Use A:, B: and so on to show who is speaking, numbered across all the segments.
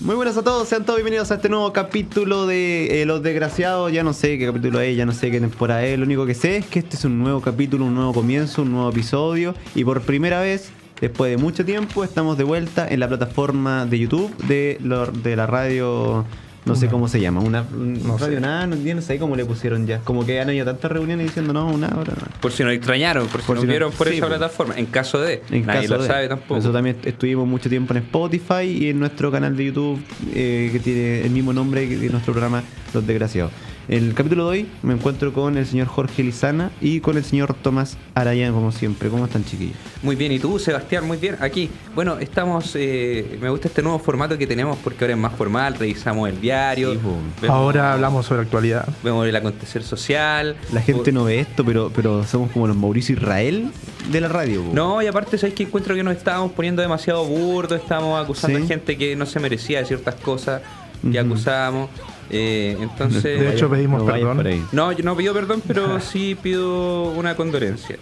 A: Muy buenas a todos, sean todos bienvenidos a este nuevo capítulo de eh, Los Desgraciados. Ya no sé qué capítulo es, ya no sé qué temporada es. Lo único que sé es que este es un nuevo capítulo, un nuevo comienzo, un nuevo episodio. Y por primera vez, después de mucho tiempo, estamos de vuelta en la plataforma de YouTube de, lo- de la radio. No sé cómo se llama, una
B: No
A: radio
B: sé.
A: nada, no, ya no sé cómo le pusieron ya. Como que han ido a tantas reuniones diciendo no, una hora. no.
C: Por si nos extrañaron, por si
A: Por
C: nos
A: si no-
C: vieron por
A: sí,
C: esa
A: pues.
C: plataforma. En caso de.
A: En
C: nadie
A: caso
C: lo
A: de-
C: sabe tampoco.
A: Nosotros también est- estuvimos mucho tiempo en Spotify y en nuestro canal de YouTube eh, que tiene el mismo nombre que que nuestro programa Los Desgraciados. En el capítulo de hoy me encuentro con el señor Jorge Lizana y con el señor Tomás Arayán, como siempre. ¿Cómo están, chiquillos?
C: Muy bien, y tú, Sebastián, muy bien. Aquí, bueno, estamos. eh, me gusta este nuevo formato que tenemos porque ahora es más formal. Revisamos el diario.
A: Sí, po.
C: vemos-
B: Ahora hablamos sobre actualidad.
C: Vemos el acontecer social.
A: La gente
C: O-
A: no ve esto, pero, pero somos como los Mauricio Israel de la radio. po.
C: No, y aparte, ¿sabéis que encuentro que nos estábamos poniendo demasiado burdo? Estábamos acusando
A: Sí.
C: a gente que no se merecía de ciertas cosas que
A: Ujú.
C: acusábamos. Eh, entonces.
B: De hecho, pedimos
A: No vayas
B: perdón.
A: por ahí.
C: No, yo no pido perdón, pero sí pido una condolencia.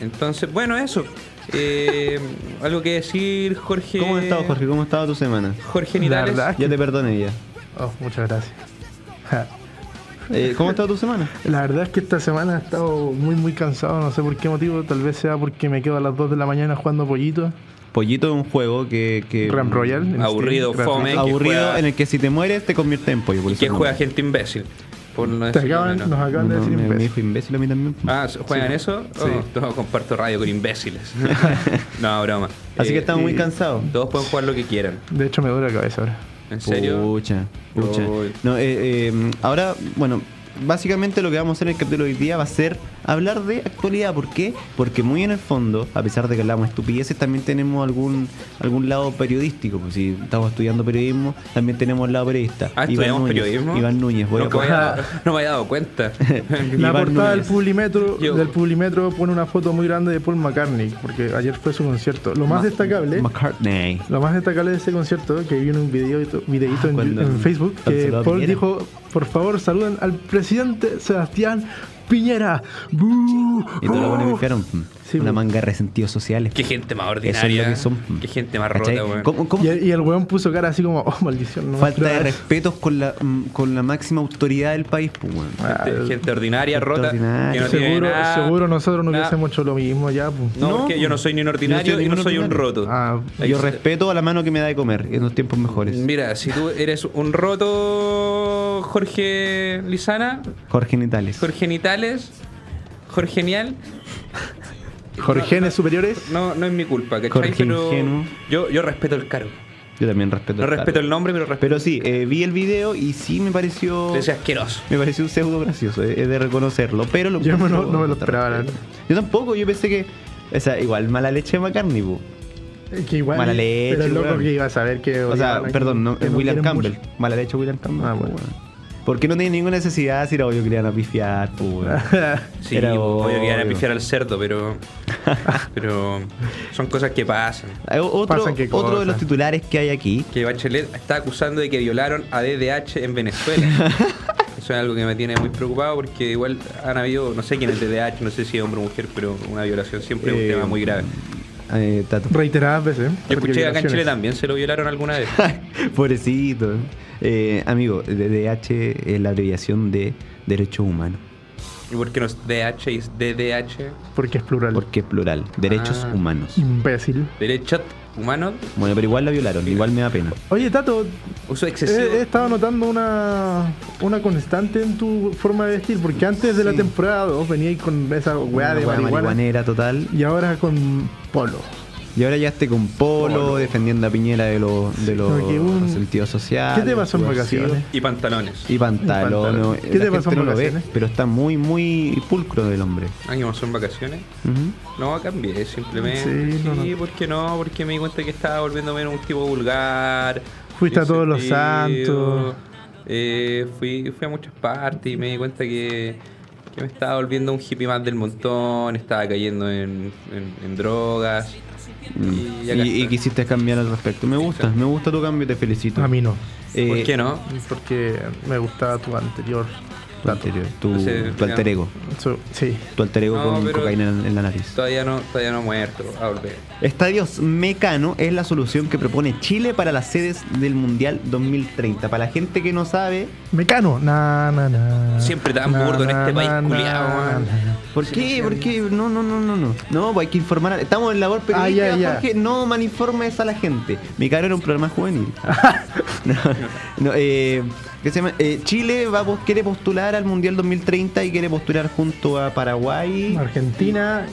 C: Entonces, bueno, eso. Eh, algo que decir, Jorge.
A: ¿Cómo has estado, Jorge? ¿Cómo ha estado tu semana?
C: Jorge
B: La
C: Nidales.
B: verdad.
A: Ya te perdoné ya.
B: Oh, muchas gracias. Ja.
A: Eh, ¿Cómo ha estado tu semana?
B: La verdad es que esta semana he estado muy, muy cansado, no sé por qué motivo. Tal vez sea porque me quedo a las 2 de la mañana jugando pollito.
A: Pollito es un juego que... que
B: Ram Royal. en
C: Aburrido,
B: Steam,
C: fome.
B: gratis.
C: que
A: aburrido
C: juega-
A: en el que si te mueres te convierte en pollo. por
C: Y
A: eso
C: que
A: no-
C: juega gente imbécil. Por no
B: Te
C: decir
B: acaban-
C: menos.
B: nos acaban de
A: No,
B: decir
A: me, me
B: imbécil.
A: dijo imbécil a mí también. po.
C: Ah, ¿juegan
B: Sí.
C: eso?
B: Sí.
C: Oh, no, comparto radio con imbéciles. no, broma.
A: Así que
C: Eh,
A: estamos muy
B: sí.
A: cansados.
C: Todos pueden jugar lo que quieran.
B: De hecho, me duele la cabeza ahora.
C: ¿En serio?
A: Pucha, pucha.
C: Uy.
A: No, eh, eh, ahora, bueno, básicamente lo que vamos a hacer en el capítulo de hoy día va a ser hablar de actualidad. ¿Por qué? Porque muy en el fondo, a pesar de que hablamos estupideces, también tenemos algún algún lado periodístico. Pues si estamos estudiando periodismo, también tenemos el lado periodista.
C: Ah, estudiamos
A: Núñez,
C: periodismo.
A: Iván Núñez, voy a
C: Nunca me
A: poner-
C: había- no me había dado cuenta.
B: La
A: Iván
B: portada
A: Núñez.
B: del Publimetro,
C: Yo-
B: del Publimetro pone una foto muy grande de Paul McCartney, porque ayer fue su concierto. Lo más
A: Ma-
B: destacable.
A: McCartney.
B: Lo más destacable de este concierto, que vi en un videíto, videíto
A: Ah,
B: en,
A: cuando-
B: en Facebook,
A: cuando se
B: que
A: lo
B: Paul
A: Piñera.
B: dijo, por favor, saluden al presidente Sebastián Piñera. ¡Bú!
A: Y todos lo
B: ¡Oh!
A: ponen limpiaron.
B: Sí,
A: "Mm, Una
B: po.
A: manga de resentidos sociales.
C: Qué gente más
A: Eso es lo
C: ordinaria.
A: que son.
C: Qué gente más
A: ¿Cachai?
C: rota, weón.
A: ¿Cómo- cómo-
B: ¡Oh! Y, el- y el weón puso cara así como, oh, maldición. No me
A: Falta de
B: esperaba eso".
A: respetos con la, mm, con la máxima autoridad del país, pues, weón.
B: Ah,
C: Gente, gente ordinaria,
A: gente
C: rota.
A: ordinaria.
C: que no tiene
B: seguro,
C: nada,
B: seguro nosotros no
C: nada.
B: hubiésemos hecho lo mismo ya. pues.
C: No,
A: No,
C: porque yo no soy ni un
A: yo soy
C: ordinario y no
A: ningún
C: soy un
A: ordinario.
C: roto.
B: Ah,
A: Yo
C: Ex-
A: respeto a la mano que me da de comer en los tiempos mejores.
C: Mira, si tú eres un roto, Jorge Lizana,
A: Jorge Nitales.
C: Jorge Nitales, Jorge Genial,
B: Jorgenes superiores.
C: no, no es mi culpa, ¿cachai?
A: Jorge
C: pero
A: ingenuo.
C: yo, yo respeto el caro.
A: Yo también respeto.
C: No
A: al
C: respeto
A: Taro.
C: el nombre, pero respeto.
A: Pero sí, eh, vi el video y sí me pareció.
C: Ese asqueroso.
A: Me pareció un pseudo gracioso, eh, he de reconocerlo. Pero lo
B: Yo me lo-
A: encuentro
B: no me lo
A: bastante
B: esperaba, la
A: gracioso. Yo tampoco, yo pensé que. O sea, igual mala leche de McCartney, po.
B: eh, Que igual,
A: Mala leche,
B: pero el loco
A: weón.
B: que iba a saber que...
A: O sea,
B: odiaban a
A: perdón,
B: quien-
A: no,
B: que no
A: William
B: quieren
A: Campbell.
B: mucho.
A: Mala leche William Campbell.
B: Ah, bueno.
A: Porque no tiene ninguna necesidad "Oh, si era obvio que le iban a pifiar, pues, weón.
C: Sí,
A: Era
C: obvio que iban a
A: obvio.
C: pifiar al cerdo, pero. pero. Son cosas que pasan.
A: Eh, Otro,
B: Pasan qué
A: otro de
B: cosas.
A: los titulares que hay aquí.
C: Que Bachelet está acusando de que violaron a DDH en Venezuela. Eso es algo que me tiene muy preocupado porque igual han habido, no sé quién es DDH, no sé si es hombre o mujer, pero una violación siempre es
A: Eh,
C: un tema muy grave.
A: Eh, Tato.
B: Reiteradas veces. ¿eh?
C: Yo escuché que acá en Chile
B: Reiteraciones.
C: también se lo violaron alguna vez.
A: Pobrecito. Eh, amigo, DDH es eh, la abreviación de Derechos Humanos.
C: ¿Y por qué no es DH y es DDH?
B: Porque es plural.
A: Porque es plural. Derechos
C: Ah.
A: Humanos.
B: Imbécil.
C: Derechos humanos,
A: Bueno, pero igual la violaron. Igual me da pena.
B: Oye, Tato,
C: uso
B: he,
C: excesivo.
B: he estado notando una, una constante en tu forma de vestir, porque antes de la
A: Sí.
B: temporada 2 veníais con esa weá
A: Una
B: de
A: weá
B: marihuana
A: marihuanera total.
B: y ahora con polo.
A: Y ahora ya esté con Polo,
B: Polo.
A: defendiendo a Piñera de, lo- de los
B: Como que un-
A: sentidos sociales.
B: ¿Qué te pasó en
A: subversivos.
B: vacaciones?
C: Y pantalones.
A: Y pantalón.
B: pantalón.
A: no,
B: ¿Qué
A: la
B: te
A: gente
B: pasó en
A: no lo ve,
B: vacaciones?
A: pero está muy, muy pulcro del hombre.
C: Ánimo, son vacaciones.
A: Ujú.
C: No, cambié simplemente. Sí,
B: Sí, no, no.
C: ¿por qué no? Porque me di cuenta que estaba volviéndome un tipo vulgar.
B: Fuiste a todos los
C: insensivo.
B: santos.
C: Eh, fui, fui a muchas partes y me di cuenta que, que me estaba volviendo un hippie más del montón, estaba cayendo en, en- en drogas.
A: Mm.
C: Y,
A: Y,
C: acá
A: y
C: estoy.
A: quisiste cambiar al respecto. Me gusta, me gusta tu cambio, te felicito.
B: A mí no,
A: Eh,
C: ¿Por qué no?
B: porque me gustaba tu anterior
A: tu anterior, tu,
C: No sé,
A: tu alter
C: ya.
A: ego.
B: So, sí.
A: Tu alter ego
C: No,
A: con
C: pero-
A: cocaína en, en la nariz.
C: Todavía no, todavía no ha muerto. A volver.
A: Estadios Mecano es la solución que propone Chile para las sedes del Mundial 2030. Para la gente que no sabe,
B: Mecano. Na, na, na.
C: Siempre tan burdo en este país culiao, man.
A: ¿por
C: Sí,
A: qué?
C: sí,
A: ¿Por
C: sí.
A: qué? No, no, no, no, no. No, pues hay que informar. a- Estamos en labor periodística,
B: Ah, ya, ya.
A: Jorge. No malinformes a la gente. Mi caro era un programa juvenil. no, no, eh, ¿qué se llama? Eh, Chile va, a pos- quiere postular al Mundial 2030 y quiere postular junto a Paraguay.
B: Argentina.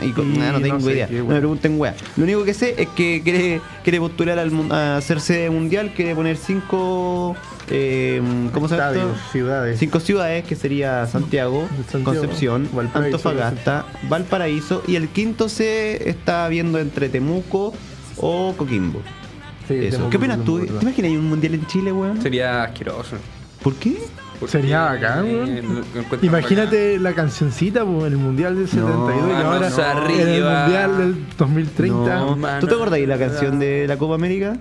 A: Y con-
B: Y
A: ah, no
B: no
A: tengo
B: sé
A: idea.
B: qué,
A: no
B: weón.
A: me pregunten weá. Lo único que sé es que quiere, quiere postular al, mun- a hacerse mundial, quiere poner cinco. eh, ¿Cómo se llama?
B: Estadios,
A: esto?
B: ciudades.
A: Cinco ciudades que sería Santiago,
B: Santiago,
A: Concepción,
B: Valparaíso,
A: Antofagasta, Valparaíso y el quinto se está viendo entre Temuco o Coquimbo.
B: Sí,
A: Eso.
B: tengo
A: ¿Qué
B: que
A: opinas tú?
B: burdo.
A: ¿Te imaginas hay un mundial en Chile, weón?
C: Sería asqueroso.
A: ¿Por qué?
C: Porque,
B: Sería bacán,
C: eh,
B: weón.
C: lo- lo encuentro bacán.
B: Imagínate la cancioncita po, en el Mundial del 72 y
A: vamos
B: ahora en el
C: arriba.
B: Mundial del 2030.
A: No.
C: mano.
A: ¿Tú te acordás de la canción de la Copa América?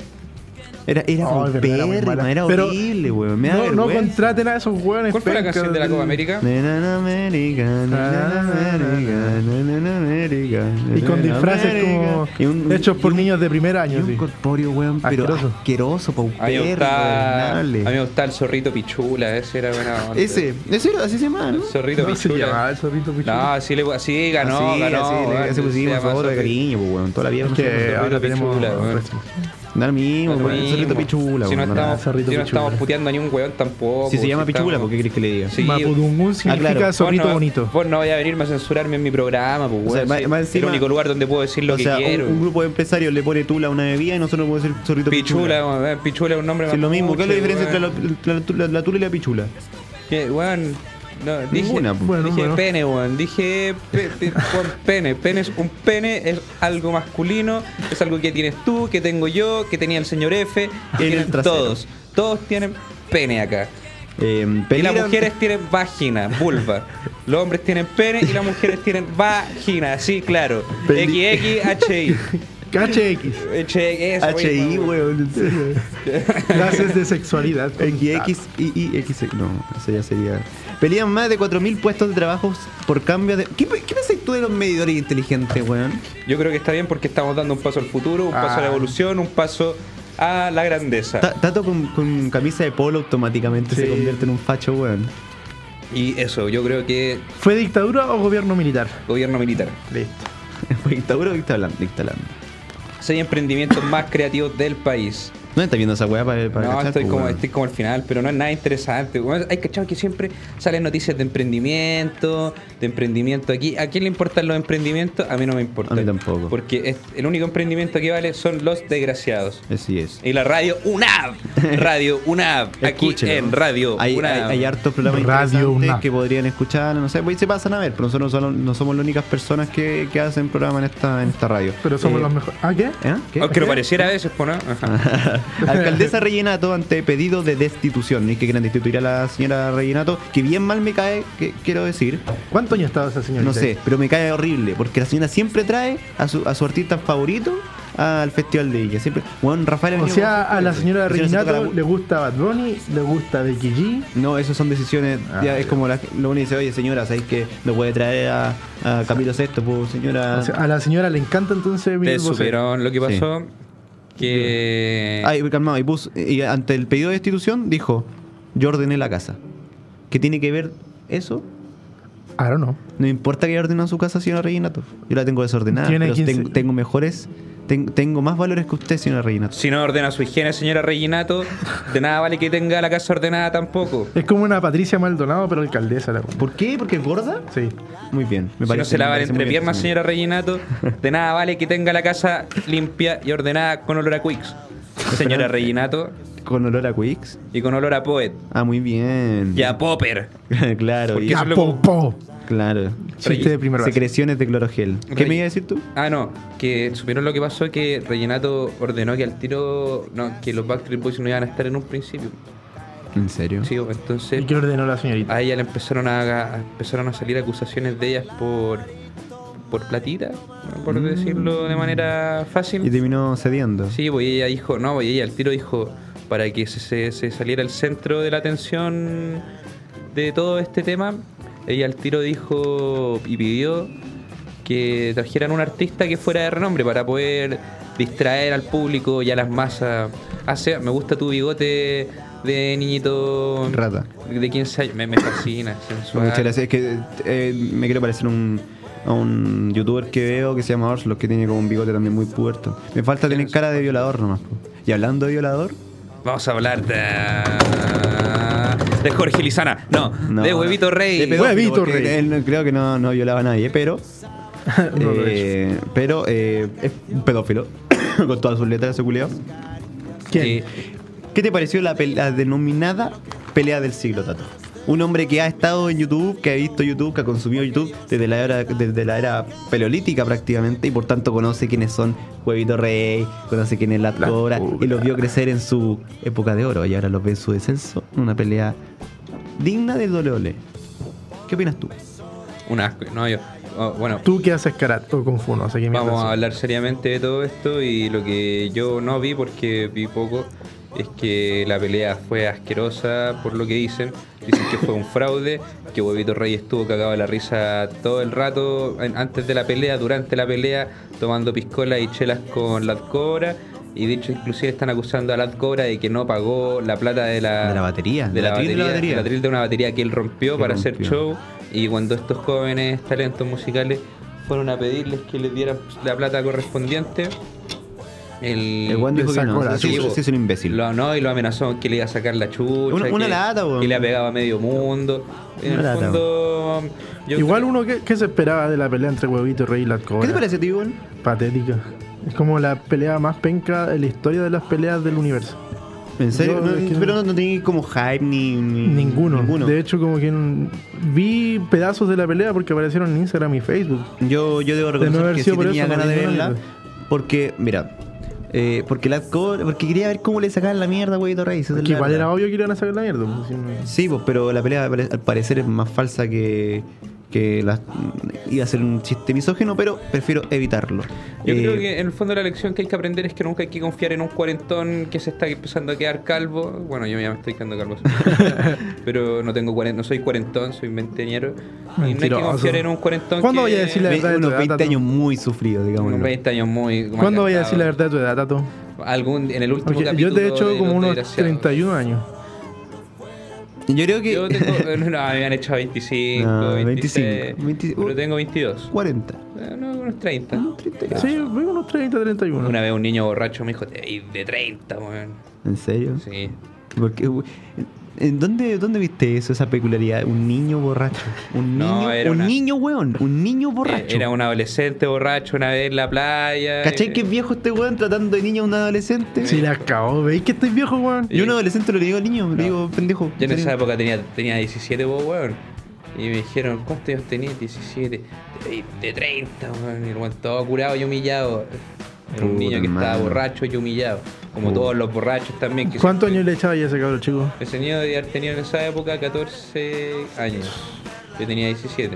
A: Era, era
B: Oh, es verdad, era muy
A: paupérrima,
B: mala.
A: era
B: Pero
A: horrible, weón. Me da
B: No, no
A: vergüenza.
B: contraten a esos hueones.
C: ¿Cuál fue la
B: pencas
C: canción de la
B: del-
C: Copa América?
A: Nenana América, nenana América, nenana América,
B: Ah. Y
A: nenana
B: con disfraces
A: América.
B: como
A: Y un-
B: hechos por
A: y un-
B: niños de primer
A: y
B: año.
A: un
B: sí.
A: corpóreo, weón, pero
B: Asqueroso.
A: asqueroso,
C: A mí, me
A: paupérrimo,
C: gustaba, a mí
A: desnable.
C: me gustaba el zorrito pichula, ese era buena onda.
A: Ese, ese era, así se llama, ¿no?
C: El zorrito
B: No, se
C: pichula.
B: llamaba el zorrito pichula.
C: No, así, le, así ganó,
A: así,
C: ganó.
A: Ah, así, le-
C: weón,
A: ese pusimos
C: se
A: a
C: llama
A: favor de
C: zorrito.
A: cariño, pues, weón. Toda la vida
B: Es
A: no
B: que
A: sé,
B: ahora
C: zorrito
B: tenemos
C: pichula, weón.
A: Da lo mismo,
C: Lo
A: weón. el zorrito
C: mismo.
A: pichula,
C: Si
A: weón,
C: no
A: no
C: estamos,
A: nada.
B: zorrito
C: si no
B: pichula.
C: estamos puteando a ningún weón tampoco.
A: Si se llama
C: estamos-
A: pichula, ¿por qué creerés que le diga?
C: Sí,
B: Mapudungun significa
A: Ah, claro.
B: zorrito
C: vos no,
B: bonito.
C: Vos no vayas a venirme a censurarme en mi programa, pues,
A: O sea,
C: weón.
A: más-
C: sí.
A: más
C: el
A: encima-
C: único lugar donde puedo decir lo
A: O sea,
C: que
A: un,
C: quiero.
A: un grupo de empresarios le pone tula a una bebida y nosotros podemos decir zorrito pichula.
C: Pichula, weón, pichula es un nombre
A: Si es lo mismo, ¿qué es la
C: mapuche,
A: diferencia entre
C: weón.
A: la, la- la- la tula y la pichula?
C: Que, weón, no, dije,
A: Ninguna, pues. po.
B: Bueno,
C: dije
B: bueno.
C: pene, weón. Dije pe- pe- weón, pene. Pene es un pene, es algo masculino, es algo que tienes tú, que tengo yo, que tenía el señor F,
A: En
C: que
A: el
C: tienen
A: trasero.
C: todos. Todos tienen pene acá.
A: Eh,
C: y las
A: peligran-
C: mujeres tienen vagina, vulva. Los hombres tienen pene y las mujeres tienen vagina, sí, claro.
B: Peli-
C: XXHI.
B: KHX.
A: HI, weón. en serio.
B: Clases de sexualidad.
A: XX y IX. No, eso ya sería. Pelean más de 4.000 puestos de trabajo por cambio de. ¿Qué, pe- qué pensáis tú de los medidores inteligentes, weón?
C: Yo creo que está bien porque estamos dando un paso al futuro, un paso a la
B: Ah.
C: evolución, un paso a la grandeza.
A: Ta- Tato con, con camisa de polo automáticamente se
B: Sí.
A: convierte en un facho, weón.
C: Y eso, yo creo que
B: ¿Fue dictadura o gobierno militar?
C: gobierno militar.
B: Listo.
A: Fue dictadura o Pues, está hablando, está hablando.
C: Seis emprendimientos más creativos del país.
A: ¿Dónde está viendo esa weá para, para
C: No,
A: cachar,
C: estoy
A: pues,
C: como, este
A: weón?
C: estoy como al final, pero no es nada interesante. Bueno, hay cachado que siempre salen noticias de emprendimiento, de emprendimiento aquí. ¿A quién le importan los emprendimientos? A mí no me importa.
A: A mí tampoco.
C: Porque es- el único emprendimiento que vale son los desgraciados.
A: Así es.
C: Y la radio UNAB. Radio UNAB. aquí
A: Escúchenlo.
C: en Radio
A: hay, hay,
C: UNAB.
A: hay hartos programas
B: Radio
A: interesantes
B: UNAP.
A: que podrían escuchar, no sé, pues, se pasan a ver, pero nosotros solo- no somos las únicas personas que, que hacen programa en esta, en esta radio.
B: Pero somos
A: Eh,
B: los mejores. ¿Ah, qué?
A: ¿eh? ¿Qué?
C: Aunque lo pareciera a veces, pues, ¿no? Ajá.
A: Alcaldesa Rellenato ante pedido de destitución. Y que quieren destituir a la señora Rellenato, que bien mal me cae, que quiero decir.
B: ¿Cuántos años estaba esa señorita?
A: No sé, pero me cae horrible, porque la señora siempre trae a su, a su artista favorito al festival de ella. Siempre, Juan Rafael ha
B: O
A: venido
B: sea,
A: con-
B: a la señora
A: se toca
B: Reinato
A: la-
B: le gusta Bad Bunny, le gusta Becky G.
A: No, eso son decisiones.
B: Ah,
A: ya es
B: ya.
A: como la, lo único que dice, oye, señora, ¿sabéis que no puede traer a, a Camilo VI, pues, señora?
B: O sea, a la señora le encanta entonces
C: Te
B: Miguel Bosé.
C: supieron lo que pasó. Que.
A: Ay, calmado, Ah, y, puso- y ante el pedido de destitución dijo: Yo ordené la casa. ¿Qué tiene que ver eso?
B: I don't know.
A: No importa que haya ordenado su casa, señora Reginato. Yo la tengo desordenada,
B: Tiene
A: pero
B: 15.
A: tengo, tengo mejores. ten- tengo más valores que usted, señora Reginato.
C: Si no ordena su higiene, señora Reginato, de nada vale que tenga la casa ordenada tampoco.
B: Es como una Patricia Maldonado, pero alcaldesa. La...
A: ¿Por qué? ¿Porque es gorda?
B: Sí.
A: Muy bien, me
C: Si no
A: parece.
C: se
A: me
C: lavan
A: parece muy
C: entre
A: bien,
C: piernas, señora Reginato, de nada vale que tenga la casa limpia y ordenada con olor a Quicks. Señora Reginato
A: Con olor a Quicks.
C: y con olor a Poet
A: Ah, muy bien.
C: y a Popper.
A: claro,
C: Porque
A: y-
C: eso es
B: Ya,
C: lo-
B: po, po.
A: claro.
B: Chiste de primer base.
A: Secreciones de clorogel. ¿Qué
C: Rey-
A: me iba a decir tú?
C: Ah, no, que supieron lo que pasó que Reginato ordenó que al tiro. No, que los Backstreet Boys no iban a estar en un principio.
A: ¿En serio?
C: Sí, entonces.
B: ¿Y qué ordenó la señorita?
C: A ella le empezaron a, a- empezaron a salir acusaciones de ellas por por platita, ¿no? por decirlo de manera
A: Y
C: fácil.
A: terminó cediendo.
C: Sí, pues ella dijo, no, pues ella al tiro dijo para que se, se- se saliera el centro de la atención de todo este tema, ella al tiro dijo y pidió que trajeran un artista que fuera de renombre para poder distraer al público y a las masas. Hace, me gusta tu bigote de niñito
A: Rata.
C: de 15 años, me, me fascina, sensual.
A: Pues Muchas gracias. Es que eh, me quiero parecer un, a un youtuber que veo que se llama Orlos, que tiene como un bigote también muy puerto. Me falta tener cara de violador nomás. po. Y hablando de violador,
C: Vamos a hablar de, de Jorge Lizana, no,
A: no.
C: de Huevito Rey.
A: De pedófilo,
B: Huevito
A: porque
B: Rey.
A: Él no- creo que no, no violaba a nadie, pero.
B: No lo
A: eh, pero eh, es un pedófilo. con todas sus letras, ese culiao.
B: ¿Quién?
C: Sí.
A: ¿Qué te pareció la, pel- la denominada pelea del siglo, Tato? Un hombre que ha estado en YouTube, que ha visto YouTube, que ha consumido YouTube desde la era, desde la era paleolítica prácticamente, y por tanto conoce quiénes son Huevito Rey, conoce quién es la
C: La
A: Cobra,
C: Cobra.
A: y los vio crecer en su época de oro, y ahora los ve en su descenso, una pelea digna del WWE. ¿Qué opinas tú?
C: Un asco, no yo. oh, bueno,
B: ¿Tú qué haces karate o kung fu? No sé qué mierda
C: Vamos
B: haces.
C: a hablar seriamente de todo esto y lo que yo no vi porque vi poco es que la pelea fue asquerosa por lo que dicen. Dicen que fue un fraude, que Huevito Rey estuvo cagado de la risa todo el rato, en- antes de la pelea, durante la pelea, tomando piscolas y chelas con la cobra. Y de hecho, inclusive están acusando a la cobra de que no pagó la plata de la,
A: De la batería,
C: de
A: del
C: la
A: atril de
C: batería,
A: la batería.
C: del atril de una batería que él rompió
A: Que
C: para hacer
A: rompió.
C: show. Y cuando estos jóvenes talentos musicales fueron a pedirles que les dieran la plata correspondiente, el,
A: El Juan dijo que no,
B: Sacó la
A: sí, sí,
C: chucha.
A: sí, es un imbécil.
C: lo no y lo amenazó que le iba a sacar la chucha.
A: Una- una
C: que,
A: lata, weón.
C: que le ha pegado a medio mundo. En
A: Una
C: el
A: lata,
C: fondo, yo
B: Igual
C: creo-
B: uno, ¿qué, qué se esperaba de la pelea entre Huevito Rey y la Cobra?
A: ¿Qué te parece, Tibón?
B: Patética. Es como la pelea más penca de la historia de las peleas del universo.
A: ¿En serio?
B: Yo,
A: No,
B: es que no-
A: pero no, no tiene como hype ni, ni-
B: Ninguno. De hecho, como que n- vi pedazos de la pelea porque aparecieron en Instagram y Facebook.
A: Yo, yo debo
B: De no
A: reconocer
B: haber
A: que sí
B: sido por
A: tenía
B: eso, no
A: ganas de
B: vi nada.
A: verla. Porque, mira, eh, porque la cobra- porque quería ver cómo le sacaban la mierda a Huevito Reyes. esa es
B: Que
A: la
B: igual
A: verdad.
B: era obvio que iban a sacar la mierda. pues, si no-
A: Sí, pues, pero la pelea pare- al parecer es más falsa que, que la- iba a ser un chiste misógino, pero prefiero evitarlo.
C: Yo
A: Eh,
C: creo que en el fondo la lección que hay que aprender es que nunca hay que confiar en un cuarentón que se está empezando a quedar calvo. Bueno, yo ya me estoy quedando calvo. pero no tengo cuaren- no soy cuarentón, soy veinteañero. Y no hay que
B: Ah, Mentiroso.
C: confiar en un cuarentón
B: ¿Cuándo
C: que-
B: voy a decir la
A: ve-
B: verdad de tu
A: unos
B: edad,
A: 20
B: Tato.
A: años muy sufridos, digamos.
C: Unos 20 años muy... muy
B: ¿Cuándo voy a decir la
C: adelantado.
B: verdad de tu edad, Tato?
C: Algún, en el último
B: Porque
C: capítulo...
B: yo, de hecho,
C: de
B: como
C: Los
B: unos
C: Desgraciados.
B: 31 años.
A: Yo creo que
C: Yo tengo... eh, No, me han hecho 25,
B: Ah,
A: No,
C: 26,
A: 25, 25.
C: Pero tengo 22.
A: 40.
C: Eh, No, unos 30.
B: Ah,
A: No, 30.
B: Sí, veo unos 30, 31.
C: Una vez un niño borracho me dijo, te veis de 30, weón.
A: ¿En serio?
C: Sí.
A: ¿Por qué, güey? ¿En dónde, dónde viste eso, esa peculiaridad? Un niño borracho. Un
C: No,
A: niño,
C: era
A: un
C: una-
A: niño weón. Un niño borracho.
C: Eh, Era un adolescente borracho una vez en la playa.
A: ¿Cachai
C: eh,
A: que es viejo este weón tratando de niña a un adolescente?
B: Si la acabó, veis que estoy viejo, weón.
A: Yo a un adolescente lo digo al niño, le digo pendejo.
C: Yo
A: ¿En
C: en esa
A: serio?
C: época tenía, tenía 17, vos, weón. Y me dijeron, ¿cuántos años tenías? 17. Te veis De 30, weón. Y el weón todo curado y humillado. Era un
A: Puta
C: niño que estaba
A: madre.
C: borracho y humillado. Como
A: Puta.
C: todos los borrachos también. Que se-
B: ¿Cuántos años le echaba ya a ese cabrón, chico?
C: Ese niño debía haber tenido en esa época 14 años. Yo tenía 17.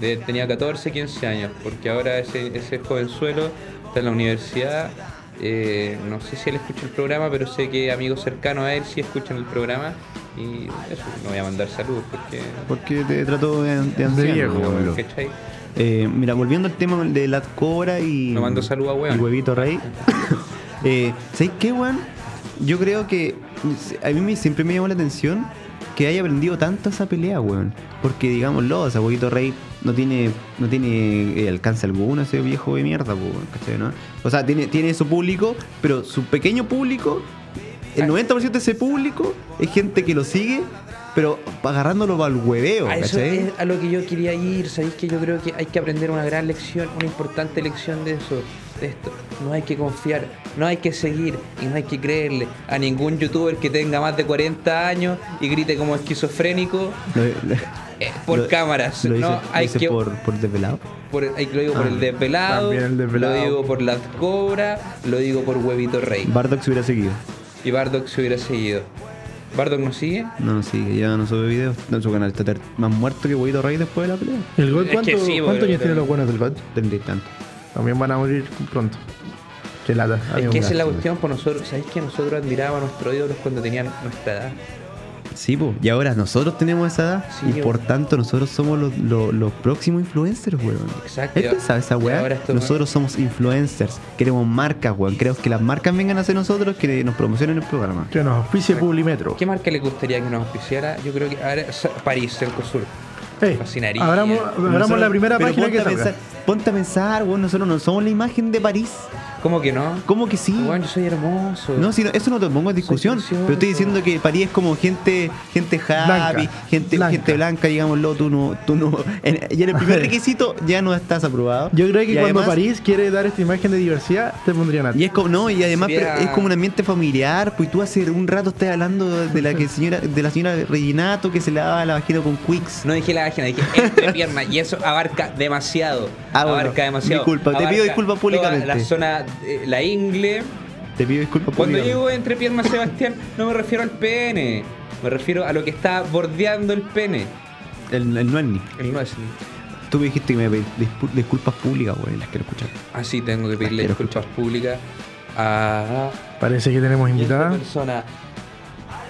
C: De- tenía 14, 15 años. Porque ahora ese, ese jovenzuelo está en la universidad. Eh, no sé si él escucha el programa, pero sé que amigos cercanos a él sí escuchan el programa. Y eso, no voy a mandar saludos porque.
A: Porque te trató de, de anciano.
B: viejo,
A: digámoslo.
B: weón.
C: ¿Cachai?
A: Eh, mira, volviendo al tema de la cobra y.
C: No mando saludo a weón.
A: y huevito rey. eh, ¿Sabes qué, weón? Yo creo que. A mí me- siempre me llamó la atención que haya aprendido tanto esa pelea, weón. Porque, digámoslo, o sea, huevito rey no tiene no tiene eh, alcance alguno ese viejo de mierda, po, weón. ¿cachai, no? O sea, tiene, tiene su público, pero su pequeño público. El 90% de ese público es gente que lo sigue, pero agarrándolo para el hueveo,
C: A eso
A: ¿cachai?
C: es a lo que yo quería ir, sabéis que yo creo que hay que aprender una gran lección, una importante lección de eso, de esto. No hay que confiar, no hay que seguir y no hay que creerle a ningún youtuber que tenga más de 40 años y grite como esquizofrénico
A: Lo- lo-
C: eh, por
A: Lo-
C: cámaras.
A: Lo hice,
C: no, hay que
A: por, por desvelado.
C: por el- hay- lo digo por
A: Ah,
C: el desvelado,
B: también el desvelado.
C: lo digo por las cobras, lo digo por huevito rey.
A: Bardock se hubiera seguido.
C: y Bardock se hubiera seguido. Bardock nos sigue.
A: No, sí, ya no sube videos. No, su canal está ter- más muerto que Huevito Rey después de la pelea.
B: ¿El gol
C: Es
B: cuánto,
C: que sí,
B: cuántos
C: weón,
B: años tienen
C: pero-
B: los buenos del gol?
A: Tendré tanto.
B: También van a morir pronto. Qué lata.
C: Es que esa es la
A: lástima.
C: pues cuestión por nosotros. ¿Sabéis que nosotros admirábamos a nuestros ídolos cuando tenían nuestra edad?
A: Sí, po. y ahora nosotros tenemos esa edad
C: Sí,
A: y por
C: weón.
A: tanto nosotros somos los, los- los próximos influencers, weón.
C: Exacto.
A: ¿Él pensaba esa
C: Y
A: weá?
C: ahora esto-
A: nosotros somos influencers, queremos marcas, weón. Queremos que las marcas vengan hacia nosotros, que nos promocionen el programa.
B: Que nos auspicie Publimetro.
C: ¿Qué marca le gustaría que nos oficiara? Yo creo que ahora sa- París, Cercosur.
B: Ey,
C: Fascinaría.
B: abramos abramos
A: Nosotros-
B: la primera
A: pero
B: página
A: ponte
B: que
A: a
B: salga.
A: pensar, Ponte a pensar, weón, nosotros no somos la imagen de París.
C: ¿Cómo que no?
A: ¿Cómo que sí?
C: Weón, yo soy hermoso.
A: No, si no- eso no te pongo en discusión.
C: Soy precioso.
A: Pero estoy diciendo que París es como gente, gente happy,
B: Blanca.
A: gente,
B: Blanca.
A: gente blanca, digámoslo, tú no, tú no. en- y en el primer requisito ya no estás aprobado.
B: Yo creo
A: Y
B: que cuando
A: además-
B: París quiere dar esta imagen de diversidad, te pondrían a ti.
A: Y es como, no, y además
C: Sería-
A: pero es como un ambiente familiar, pues tú hace un rato estás hablando de la que señora, de la señora Reginato que se lavaba la vagina con Quicks.
C: No dije la vagina, dije entrepierna. y eso abarca demasiado.
A: Ah, bueno,
C: abarca demasiado.
A: disculpa, te pido
C: Abarca
A: disculpas
C: toda
A: públicamente.
C: La zona, eh, la ingle.
A: Te pido disculpas
C: Cuando
A: públicamente.
C: digo entrepierna, Sebastián, no me refiero al pene. Me refiero a lo que está bordeando el pene.
A: el, el Nuelni.
C: El no es.
A: Tú me dijiste que me pedí dispu- disculpas públicas, güey, las quiero escuchar.
C: Así Ah, tengo que pedirle
A: Quiero
C: disculpas públicas a
B: Parece que tenemos
C: y esta
B: invitada.
C: persona.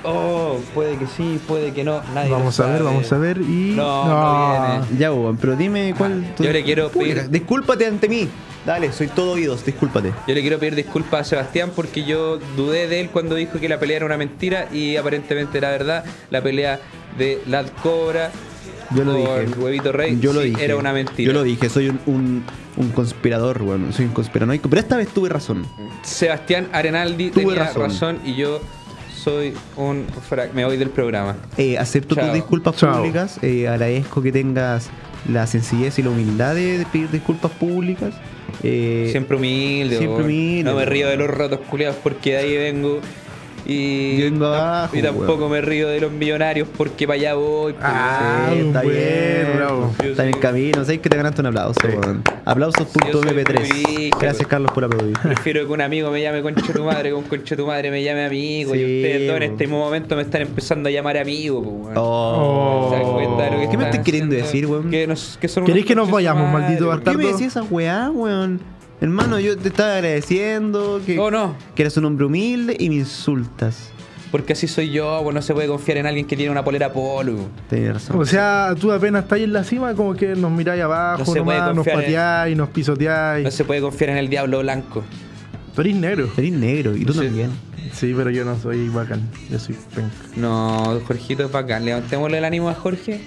C: Oh, puede que sí, puede que no. Nadie lo
B: Vamos a ver,
C: sabe.
B: vamos a ver y...
C: No, no viene.
A: Ya, weón, pero dime cuál.
C: Yo le quiero
A: Pública.
C: pedir-
A: Discúlpate ante mí. Dale, soy todo oídos, discúlpate.
C: Yo le quiero pedir disculpas a Sebastián porque yo dudé de él cuando dijo que la pelea era una mentira y aparentemente era verdad. La pelea de Lad Cobra
A: Yo lo
C: con
A: dije.
C: Huevito Rey
A: Yo lo
C: sí,
A: dije.
C: era una mentira.
A: Yo lo dije, soy un, un, un conspirador, weón. Soy un conspiranoico. Pero esta vez tuve razón.
C: Mm. Sebastián Arenaldi
A: Tuve
C: tenía
A: razón.
C: razón. y yo soy un... fra- Me voy del programa.
A: Eh, acepto
C: Chao.
A: tus disculpas
B: Chao.
A: públicas. eh, agradezco que tengas la sencillez y la humildad de, de pedir disculpas públicas. Eh,
C: Siempre humilde.
A: siempre
C: weón.
A: humilde,
C: No me
A: weón.
C: río de los ratos culiados porque de ahí vengo. Y,
A: Yo vengo abajo,
C: y tampoco
A: weón.
C: me río de los millonarios porque para allá voy. pues.
B: Ah,
A: Sí, está
B: bueno,
A: bien.
B: bravo.
A: Está en el camino. Sabes que te ganaste un aplauso,
B: Sí.
A: weón. Aplausos.mp3.
C: Yo soy muy rico,
A: Gracias,
C: weón.
A: Carlos, por aplaudir.
C: Prefiero que un amigo me llame concha tu madre, que un concha tu madre me llame amigo.
A: Sí,
C: y ustedes dos en
A: po.
C: este momento me están empezando a llamar amigo, po, weón.
A: Oh.
C: ¿Se dan cuenta de lo que
A: ¿Qué me
C: están
A: estás queriendo
C: haciendo?
A: decir, weón?
C: Que nos- que son unos
B: ¿Queréis que nos
C: conchas de su
B: vayamos,
C: madre,
B: maldito
C: weón.
A: ¿Por qué me
B: Tardo.
A: decías esa weá, weón? Hermano, yo te estaba agradeciendo que,
C: Oh, no.
A: que eres un hombre humilde y me insultas.
C: Porque así soy yo, weón. No se puede confiar en alguien que tiene una polera polo.
A: Tenías razón.
B: O sea, tú apenas estás en la cima, como que nos miráis
C: No
B: abajo,
C: se puede
B: nomás, nos
C: confiar en-
B: pateáis, nos
C: No
B: pisoteáis.
C: se puede confiar en el diablo blanco.
B: Tú eres negro.
A: Eres negro y tú
C: Sí.
A: también.
B: Sí, pero yo no soy bacán, yo soy penca.
C: No, Jorgito es bacán. Levantémosle el ánimo a Jorge.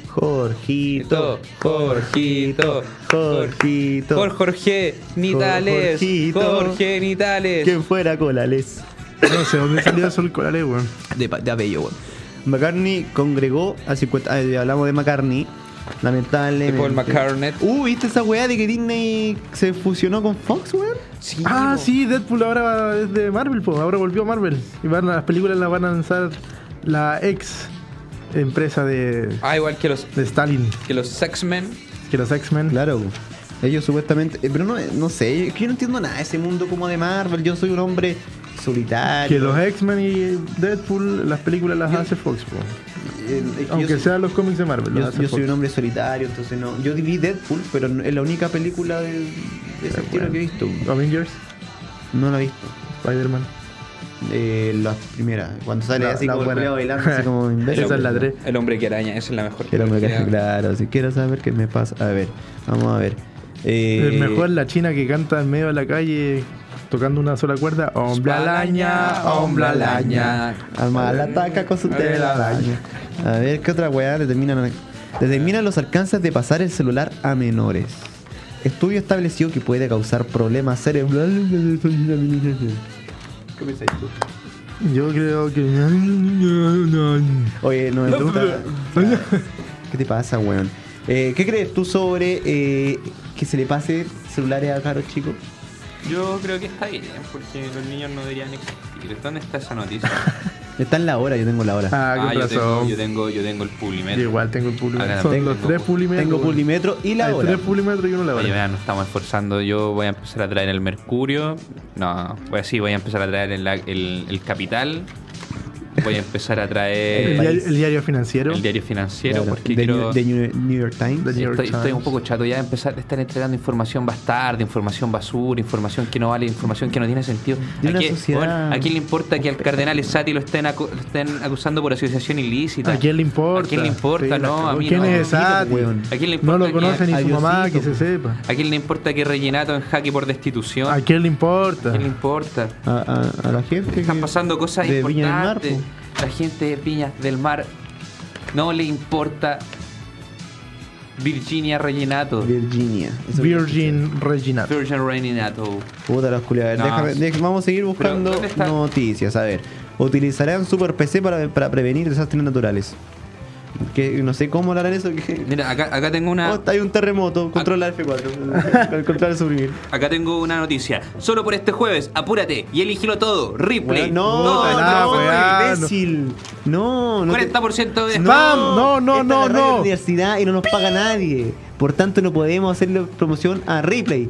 A: Jorgito,
C: Jorgito,
A: Jorgito.
C: Por Jorge Nitales.
A: Jorgito.
C: Jorge Nitales.
A: Quien fuera Colales.
B: No sé dónde salió eso el colale, weón.
A: De, pa- de apellido, weón. McCartney congregó a 50. ah, ya hablamos de McCartney. Lamentablemente.
C: De Paul McCartney.
A: Uh, ¿viste esa weá de que Disney se fusionó con Fox, weón?
C: Sí,
B: Ah,
C: po.
B: sí, Deadpool ahora es de Marvel, po. ahora volvió a Marvel. Y van, las películas las van a lanzar la ex empresa de,
C: Ah, igual que los
B: de Stalin,
C: que los X-Men.
B: que los X-Men.
A: Claro, ellos supuestamente. eh, Pero no, no sé, es que yo no entiendo nada de ese mundo como de Marvel. Yo soy un hombre solitario.
B: Que los X-Men y Deadpool, las películas las hace Fox, po.
A: Eh, es que yo
B: aunque
A: soy-
B: sean los cómics de Marvel.
A: Yo,
B: las hace
A: yo soy
B: Fox.
A: un hombre solitario, entonces no. Yo vi Deadpool, pero no- es la única película de, de ese estilo que he visto.
B: Avengers,
A: No la he visto.
B: Spider-Man.
A: Eh, la primera, cuando sale
B: La-
A: así
B: la
A: como el
B: buena.
A: culiao bailando, así como imbécil.
B: Esa es la tres.
C: El hombre que araña, esa es la mejor.
A: Quiero me
C: película.
A: quedar claro, si quiero saber qué me pasa. A ver, vamos a ver. Eh,
B: El mejor la china que canta en medio de la calle tocando una sola cuerda. Omblalaña, omblalaña.
A: Alma la ataca con su telaraña. A ver qué otra weá determinan. Determinan los alcances de pasar el celular a menores. Estudio estableció que puede causar problemas cerebrales.
B: Yo creo que.
A: Oye, no me gusta. ¿Qué te pasa, weón? Eh, ¿Qué crees tú sobre eh, que se le pase celulares a caros chicos?
C: Yo creo que está bien, porque los niños no deberían existir. ¿Dónde está esa noticia?
A: Está en la hora, yo tengo la hora.
B: Ah, qué
C: yo, tengo,
B: razón.
C: yo, tengo, yo tengo el
B: Yo
C: pulimetro.
B: igual tengo el
C: Acá
B: pulimetro. Son los
C: tengo-
B: tres pulimetros.
A: tengo
B: güey.
A: pulimetro y la
B: Hay
A: hora.
B: tres pulimetros y uno la
C: Oye,
B: hora.
C: vean, nos estamos esforzando. Yo voy a empezar a traer el Mercurio. No, voy a sí, voy a empezar a traer el, el, el Capital. Voy a empezar a
B: El,
A: El
C: traer
B: diario,
A: país.
B: el diario financiero.
C: eh, el diario financiero
A: Claro,
C: porque
A: de
C: quiero...
A: New, de New- New York Times.
B: The New York
C: Estoy, estoy un
B: Times.
C: poco chato ya de empezar de estar entregando información bastarda, información basura, información que no vale, información que no tiene sentido.
A: De
C: ¿A
A: una
C: qué-
A: sociedad-
C: bueno, ¿A quién le importa que al cardenal Sati lo estén, acu- lo estén acusando por asociación ilícita?
B: ¿A quién le importa?
C: ¿A quién le importa?
B: Sí,
C: no,
B: la-
C: a mí
B: ¿Quién
C: no.
B: es Sati?
A: weón.
C: ¿A quién le importa
B: No lo
C: que-
B: conoce ni su
A: Adiosito,
B: mamá, que
A: po.
B: se sepa.
C: ¿A quién le importa que rellenato en jaque por destitución?
B: ¿A
C: ¿A
B: quién le importa?
C: quién le importa?
A: A, a- a la gente.
C: Están
A: que-
C: pasando cosas
A: de Viña del Mar,
C: importantes. La gente de Viñas del Mar no le importa Virginia Rellenato.
A: po. pues. Virginia. Eso
B: Virgin Regina.
C: Virgin Rellenato.
A: Puta los culiados. A ver,
C: No,
A: déjame-
C: sí.
A: dej- vamos a seguir buscando
C: ¿dónde está?
A: noticias. A ver. Utilizarán Super PC para, para prevenir desastres naturales. Que no sé cómo harán eso. Que...
C: Mira, acá, acá tengo una.
A: Oh, hay un terremoto. Controla F4. Con- Controla el suprimir.
C: Acá tengo una noticia. Solo por este jueves, apúrate y elígelo todo. Ripley.
A: Weón, no,
B: puta,
A: no,
B: nada,
A: no,
B: weón.
A: imbécil. No, no. te-
C: 40% de
A: No,
C: descuento.
B: ¡Spam! No, no,
A: esta
B: no,
A: es la radio
B: no.
A: de la universidad y no nos paga nadie. Por tanto, no podemos hacerle promoción a Ripley.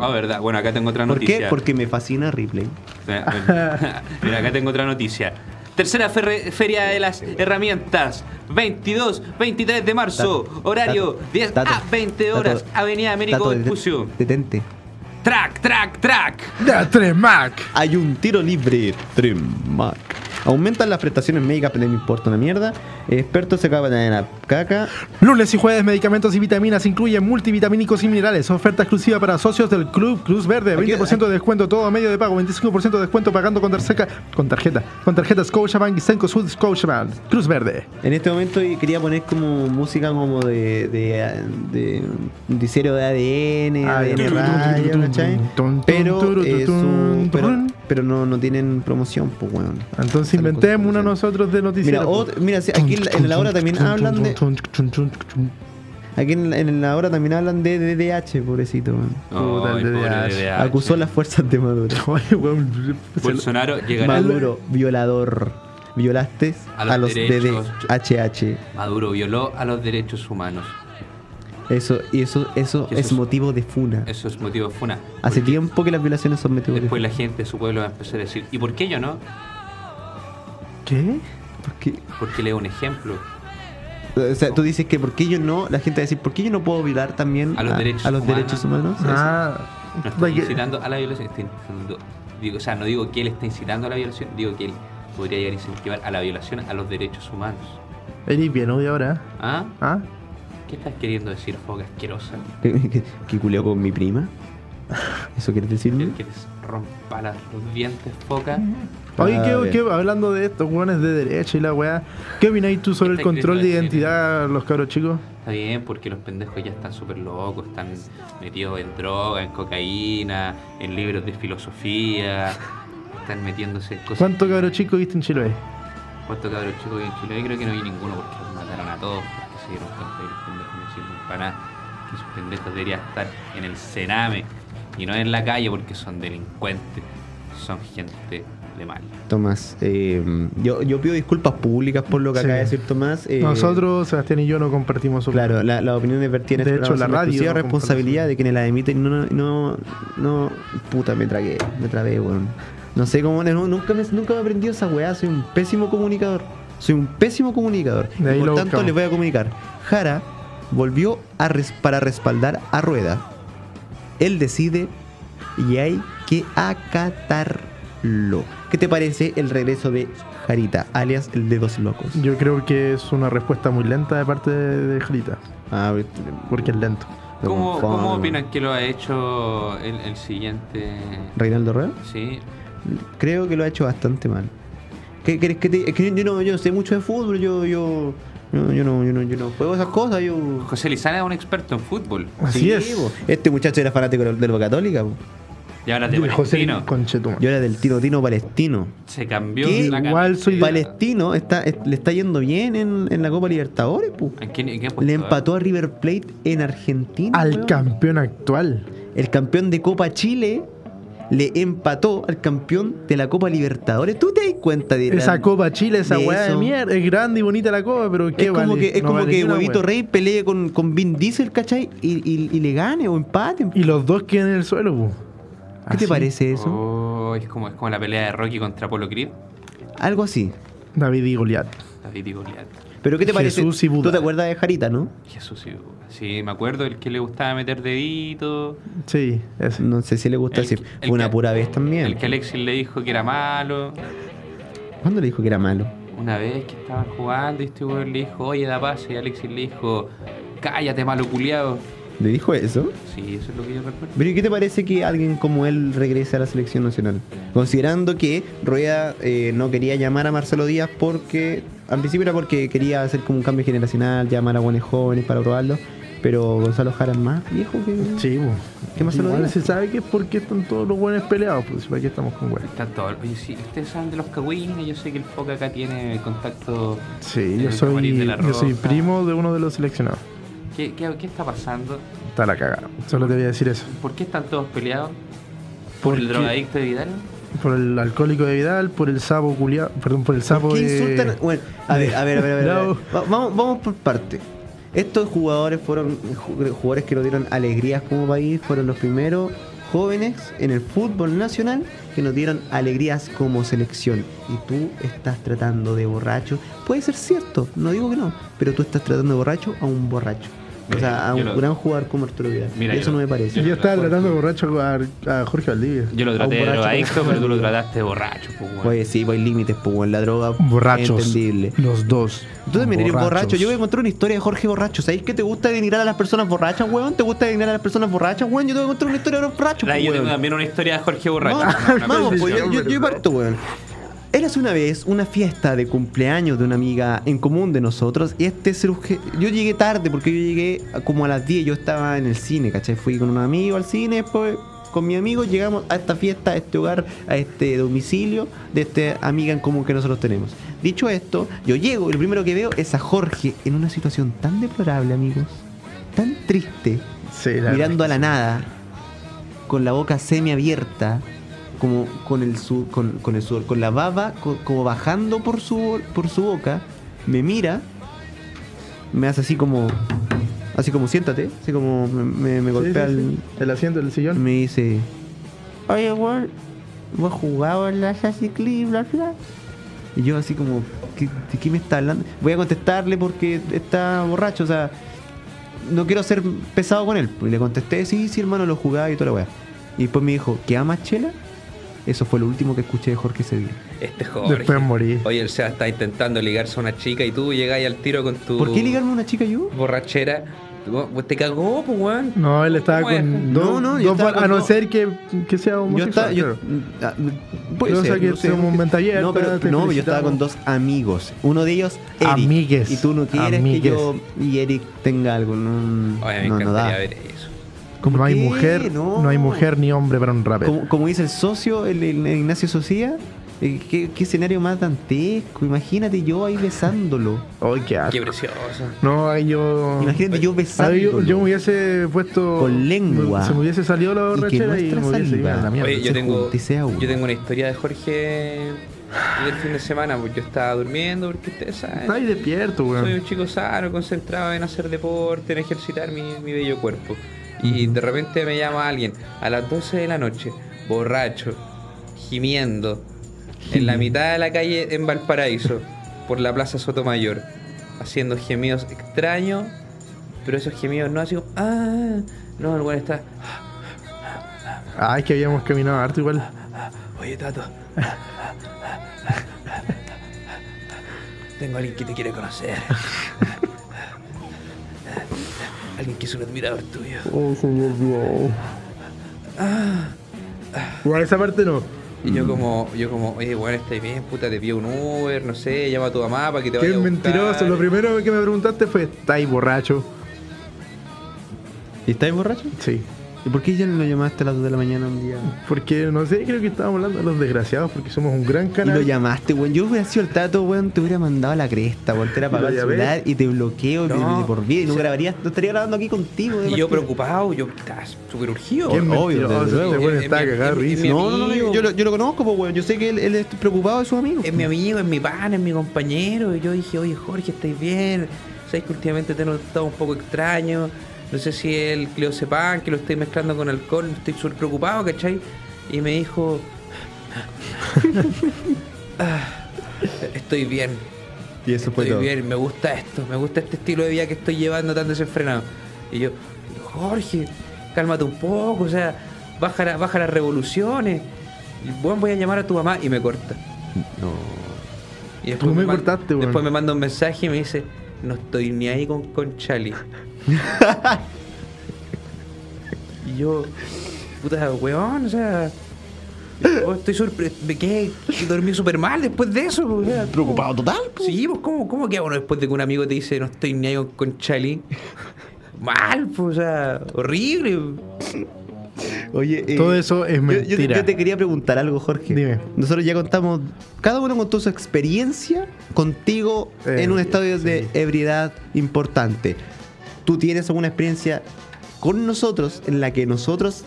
C: Ah, verdad. Bueno, acá tengo otra
A: ¿Por
C: noticia.
A: qué? Porque me fascina Ripley.
C: Eh, bueno. Mira, acá tengo otra noticia. Tercera ferre- feria de las herramientas. 22, 23 de marzo.
A: Dato,
C: horario
A: dato,
C: 10 a
A: dato,
C: 20 horas.
A: dato,
C: Avenida Américo
A: Tato, deten-
C: Vespucio.
A: Detente.
C: Track, track, track.
B: Da tres Mac.
A: Hay un tiro libre. Trimac. Aumentan las prestaciones médicas, pero no me importa una mierda. Expertos se acaban en la caca.
B: Lunes y jueves, medicamentos y vitaminas incluyen multivitamínicos y minerales. Oferta exclusiva para socios del Club Cruz Verde.
A: Aquí-
B: 20% de descuento, todo a medio de pago. 25% de descuento pagando con tarjeta. Con tarjeta. Con tarjeta Scotiabank y Senco Sud Scotiabank. Cruz Verde.
A: En este momento y quería poner como música como de. de. de noticiero de ADN,
B: Ah, ya.
A: ADN radio, ¿cachai?
B: Tun, tun,
A: Pero,
B: tun,
A: eh,
B: tun,
A: su- pero,
B: tun.
A: pero no, no tienen promoción, pues weón.
B: Entonces
A: Sale
B: inventemos
A: con-
B: uno nosotros de noticias.
A: Mira, ot- mira, sí, aquí en la- en la hora también hablan de- Aquí en, la- en la hora también hablan de DDH, pobrecito, weón.
B: Puta, el
C: Ay, pobre
B: DDH.
C: DDH.
A: Acusó a las fuerzas de Maduro.
B: Oye, weón, se-
C: Bolsonaro llegará.
A: Maduro, violador. Violaste
C: A los
A: a los,
C: derechos.
A: DDHH.
C: Maduro violó a los derechos humanos.
A: Eso, y eso, eso,
C: Eso
A: es,
C: es-
A: motivo de funa.
C: Eso es motivo de funa.
A: Hace tiempo que las violaciones son motivo de
C: Después
A: funa.
C: la gente de su pueblo va a empezar a decir, ¿y por qué yo no?
B: ¿Qué?
A: Porque-
C: Porque leo un ejemplo.
A: o sea, tú dices que por qué yo no, la gente va a decir, ¿por qué yo no puedo violar también
C: A los derechos
A: a los
C: humanos.
A: derechos humanos?
B: Ah,
C: No está
B: puta, que-
C: incitando a la violación. está incitando- digo, o sea, no digo que él está incitando a la violación, digo que él podría llegar a incentivar a la violación a los derechos humanos.
B: Eres bien odio ahora.
C: ¿Ah?
B: ¿Ah?
C: ¿Qué estás queriendo decir, foca asquerosa?
A: ¿Qué, qué, qué culeo con mi prima? ¿Eso quieres decirme?
C: ¿Quieres que te rompa las- los dientes, foca?
B: Oye,
A: Ah,
B: ¿qué,
A: bien.
B: qué- hablando de estos weones de derecha y la weá, ¿qué opináis tú sobre el
C: Este
B: control de
C: Cristo es
B: identidad a los cabros chicos?
C: Está bien, porque los pendejos ya están súper locos, están metidos en droga, en cocaína, en libros de filosofía, están metiéndose en cosas.
B: ¿Cuántos cabros chicos viste en Chiloé?
C: ¿Cuántos cabros chicos hay en Chile? Yo creo que no vi ninguno porque los mataron a todos, porque se dieron cuenta que los pendejos no sirven para nada, que sus pendejos deberían estar en el cename y no en la calle porque son delincuentes, son gente de mal.
A: Tomás, eh, yo, yo pido disculpas públicas por lo que
B: Sí.
A: acaba de decir Tomás. eh,
B: Nosotros, Sebastián y yo, no compartimos su
A: Claro, la, la opinión de vertidas
B: De hecho, la
A: exclusiva
B: radio no comparte
A: responsabilidad
B: su-
A: de quienes la emiten. No, no, no. Puta, me tragué, me trabé, weón. No sé cómo. no, nunca, me, nunca me aprendí esa weá. Soy un pésimo comunicador. Soy un pésimo comunicador. Y
B: De ahí
A: por
B: lo
A: tanto,
B: buscamos.
A: les voy a comunicar. Jara volvió a res- para respaldar a Rueda. Él decide y hay que acatarlo. ¿Qué te parece el regreso de Jarita, alias el de dos locos?
B: Yo creo que es una respuesta muy lenta de parte de de Jarita,
A: Ah,
B: porque es lento.
C: ¿Cómo,
A: fome,
C: cómo
A: weón.
C: opinan que lo ha hecho el, el siguiente?
A: ¿Reinaldo Rueda?
C: Sí,
A: Creo que lo ha hecho bastante mal. ¿Qué querés que te- es que yo no, yo no sé mucho de fútbol, yo, yo, yo, yo no, yo no, yo no juego esas cosas, yo.
C: José Lizana es un experto en fútbol
B: Así
A: Sí,
B: es.
A: po. Este muchacho era fanático de lo católica, po.
C: y ahora es de
B: José
C: Palestino.
B: Conchetuma.
A: yo era del tiro tino palestino.
C: Se cambió
A: ¿Qué?
C: la cara.
B: Igual soy de...
A: Palestino está, es- le está yendo bien en, en la Copa Libertadores, po.
C: ¿En quién- en qué puesto,
A: Le
C: eh?
A: empató a River Plate en Argentina.
B: al
A: weón.
B: campeón actual.
A: El campeón de Copa Chile le empató al campeón de la Copa Libertadores. ¿Tú te das cuenta de la-
B: Esa copa Chile, esa
A: de
B: weá de
A: eso.
B: mierda. Es grande y bonita la copa, pero ¿qué
A: Es como
B: vale?
A: que, es
B: No
A: como
B: vale ni
A: que
B: una
A: Huevito
B: weá.
A: Rey pelee con, con Vin Diesel, ¿cachai? Y, y- y le gane o empaten.
B: Y los dos quedan en el suelo, pu.
A: ¿Qué te
B: Así.
A: parece eso?
C: Oh, es, como, es como la pelea de Rocky contra Polo Creed.
A: Algo así.
B: David y Goliat.
C: David y Goliat.
A: Pero ¿qué te parece?
B: Jesús y Buda.
A: ¿Tú te acuerdas de Jarita, no?
C: Jesús y Sí, me acuerdo el que le gustaba meter dedito.
B: Sí, ese.
A: No sé si le gusta
C: El
A: así.
C: que-
A: Fue
C: el
A: Una
C: que-
A: pura vez también.
C: El que Alexis le dijo que era malo.
A: ¿Cuándo le dijo que era malo?
C: Una vez que estaban jugando y este weón le dijo, oye, da pase. Y Alexis le dijo, cállate, malo culiado.
A: ¿Le dijo eso?
C: Sí, eso es lo que yo recuerdo.
A: Pero ¿y qué te parece que alguien como él regrese a la selección nacional? Considerando que Rueda eh, no quería llamar a Marcelo Díaz porque, al principio era porque quería hacer como un cambio generacional, llamar a buenos jóvenes para probarlo, pero Gonzalo Jara es más viejo que...
B: Sí, bo.
A: ¿Qué más se lo
B: Igual
A: digo?
B: se sabe que es porque están todos los buenos peleados, pues para qué estamos con güey.
C: Están todos. Oye, sí, ustedes saben de los cagüines. Yo sé que el Foca acá tiene contacto.
B: Sí,
C: en
B: yo
C: el camarín de
B: soy,
C: la
B: yo soy
C: Roja.
B: primo de uno de los seleccionados.
C: ¿Qué, qué, qué está pasando?
B: Está la cagada. Solo te voy a decir eso.
C: ¿Por qué están todos peleados? ¿Por el
B: Porque-
C: drogadicto de Vidal?
B: Por el alcohólico de Vidal, por el sapo culiado. Perdón, por el sapo
A: ¿Por qué
B: de-
A: insultan? Bueno, a ver, a ver, a ver, a ver, a ver.
B: Pues, No.
A: Va- Vamos, vamos por parte. Estos jugadores fueron ju- jugadores que nos dieron alegrías como país, fueron los primeros jóvenes en el fútbol nacional que nos dieron alegrías como selección. Y tú estás tratando de borracho. Puede ser cierto, no digo que no, pero tú estás tratando de borracho a un borracho. O sea, a
C: Yo
A: un
C: lo-
A: gran jugador como Arturo Vidal.
C: Mira,
A: y
C: yo
A: eso
C: lo-
A: no me parece.
B: Yo estaba tratando de borracho a, a Jorge Valdivia.
C: Yo
A: A
C: lo
A: un
C: traté de
A: borracho
C: drogadicto,
A: como-
C: pero tú lo trataste de borracho, pues, weón.
A: Oye, sí, pues hay límites, pues, bueno, la droga es
B: Borrachos.
A: entendible.
B: Los dos.
A: Tú también eres
B: Borrachos.
A: borracho. Yo voy a encontrar una historia de Jorge borracho. ¿Sabéis que te gusta denigrar a las personas borrachas, weón? ¿Te gusta denigrar a las personas borrachas, weón? Yo te voy a encontrar una historia de los borrachos, pues,
C: Ahí yo
A: weón.
C: tengo también una historia de Jorge Borracho.
A: Vamos,
C: Una
A: vamos, pues,
C: conversación.
A: yo, yo- yo parto, weón. Érase una vez una fiesta de cumpleaños de una amiga en común de nosotros y este cirujano... Yo llegué tarde porque yo llegué a- como a las 10, yo estaba en el cine, ¿cachai? Fui con un amigo al cine, después con mi amigo llegamos a esta fiesta, a este hogar, a este domicilio de esta amiga en común que nosotros tenemos. Dicho esto, yo llego y lo primero que veo es a Jorge en una situación tan deplorable, amigos, tan triste,
B: Sí, la
A: mirando a
B: verdad.
A: la nada, con la boca semiabierta, como con el su- con, con el sudor, con la baba co- como bajando por su por su boca, me mira, me hace así como así como siéntate, así como me, me- me
B: Sí,
A: golpea
B: sí,
A: el-
B: sí. el asiento del
A: y
B: sillón.
A: me dice, oye weón, vos jugabas en la Assassin's Creed, bla bla. Y yo así como, ¿qué- ¿de qué me está hablando? Voy a contestarle porque está borracho, o sea, no quiero ser pesado con él. Y le contesté, sí, sí hermano, lo jugaba y toda la weá. Y después me dijo, ¿qué amas chela? Eso fue lo último que escuché de Jorge ese día.
C: Este Jorge.
B: Después morí.
C: Oye, el Seba está intentando ligarse a una chica y tú llegás al tiro con tu.
A: ¿Por qué ligarme a una chica yo?
C: Borrachera. Tú- pues Te cagó, pues, weón.
B: No, él estaba
C: ¿Cómo es?
B: con
A: No,
B: dos.
A: no, yo
B: dos
A: estaba
B: bar-
A: con
B: a no
A: dos.
B: ser que, que sea
A: Yo estaba.
B: homosexual.
A: Yo,
B: claro.
A: ah, puede
B: No
A: ser,
B: sé mm, que
A: no, sé.
B: somos mente abierta,
A: No, pero, no,
B: te
A: yo estaba
B: felicitamos.
A: con dos amigos. Uno de ellos, Eric.
B: Amigues,
A: Y tú no quieres que
B: amigues.
A: yo y Eric tenga algo. No,
C: Oye, me
A: no, no da.
C: encantaría ver eso.
A: ¿Por
B: no hay
A: qué?
B: mujer, no. hay mujer ni hombre para un rapero.
A: Como, como dice el socio, el, el- el Ignacio Socia, eh, ¿qué, qué escenario más dantesco. Imagínate yo ahí besándolo.
B: Ay, qué asco.
C: Qué precioso.
B: No, ay, yo.
A: Imagínate yo
B: Ay,
A: besándolo.
B: Ah. yo, yo me hubiese puesto.
A: Con lengua.
B: Se me hubiese salido la
A: Y que
B: borrachera y,
A: nuestra
B: me hubiese
A: saliva-
B: ido a la mierda.
C: Oye,
A: se
C: yo tengo,
A: junte y sea uno.
C: yo tengo una historia de Jorge del fin de semana, porque yo estaba durmiendo, porque ustedes
B: Está ahí
C: saben.
B: despierto,
C: Soy
B: weón.
C: un chico sano, concentrado en hacer deporte, en ejercitar mi, mi bello cuerpo. Y de repente me llama alguien a las 12 de la noche, borracho, gimiendo, en la mitad de la calle en Valparaíso, por la Plaza Sotomayor, haciendo gemidos extraños, pero esos gemidos no así como, ah, no, el weón está,
B: Ah, es que habíamos caminado harto igual.
C: Oye, Tato. Tengo a alguien que te quiere conocer. alguien que es un admirador tuyo.
B: Oh, señor Dios. Bueno, esa parte no.
C: Y
B: Mm.
C: yo como, yo como, oye, weón, estáis bien, puta, te pido un Uber, no sé, llama a tu mamá para que te
B: Qué
C: vaya a buscar.
B: mentiroso. Lo primero que me preguntaste fue: ¿estáis borracho?
A: ¿Y estáis borracho?
B: Sí.
A: ¿Y por qué ya no lo llamaste a las 2 de la mañana un día?
B: Porque no sé, creo que estábamos hablando de los desgraciados porque somos un gran
A: Y lo
B: canal.
A: llamaste, weón. Yo hubiera sido el tato, weón. Te hubiera mandado a la cresta, weón. Te hubiera
B: Y lo
A: apagado el
B: llamé.
A: celular y te bloqueo y te-
C: No.
A: de por vida. Y no grabarías, no estaría grabando aquí contigo. de
C: Y yo
A: partida.
C: preocupado, yo estaba súper urgido.
B: Qué
A: Obvio,
B: mentiroso.
A: desde luego.
B: Este weón
C: Es
B: está
C: mi-
B: cagado
C: es mi-
B: risa.
C: es mi-
A: No, no, no,
C: amigo.
A: yo, lo, yo lo conozco, pues, weón. Yo sé que él, él es preocupado de sus amigos.
C: Es mi amigo, es mi pan, es mi compañero. Y yo dije, oye Jorge, ¿estáis bien? Sabéis que últimamente te he notado un poco extraño. No sé si es el cleosepan, que lo estoy mezclando con alcohol. Estoy súper preocupado, ¿cachai? Y me dijo... "Ah, Estoy bien.
A: Y eso fue
C: Estoy
A: todo.
C: bien, me gusta esto, me gusta este estilo de vida que estoy llevando tan desenfrenado. Y yo, pero Jorge, cálmate un poco, o sea, baja, la- baja las revoluciones. Y, bueno, voy a llamar a tu mamá y me corta.
A: No.
C: Y
B: Tú me
C: man-
B: cortaste, weón.
C: Después me manda un mensaje y me dice, no estoy ni ahí con Conchali. y yo, puta weón, o sea. yo estoy sorpre- me quedé, dormí súper mal después de eso. o sea,
A: Preocupado total. po.
C: Sí, pues ¿cómo, cómo queda uno después de que un amigo te dice no estoy ni ahí con- con Chali? Mal, pues, o sea, horrible.
A: Oye, eh,
B: Todo eso es
A: yo- yo te- Yo,
B: mentira.
A: te quería preguntar algo, Jorge.
B: Dime.
A: Nosotros ya contamos, cada uno contó su experiencia contigo
B: Eh,
A: en un estadio de
B: sí.
A: ebriedad importante. ¿Tú tienes alguna experiencia con nosotros en la que nosotros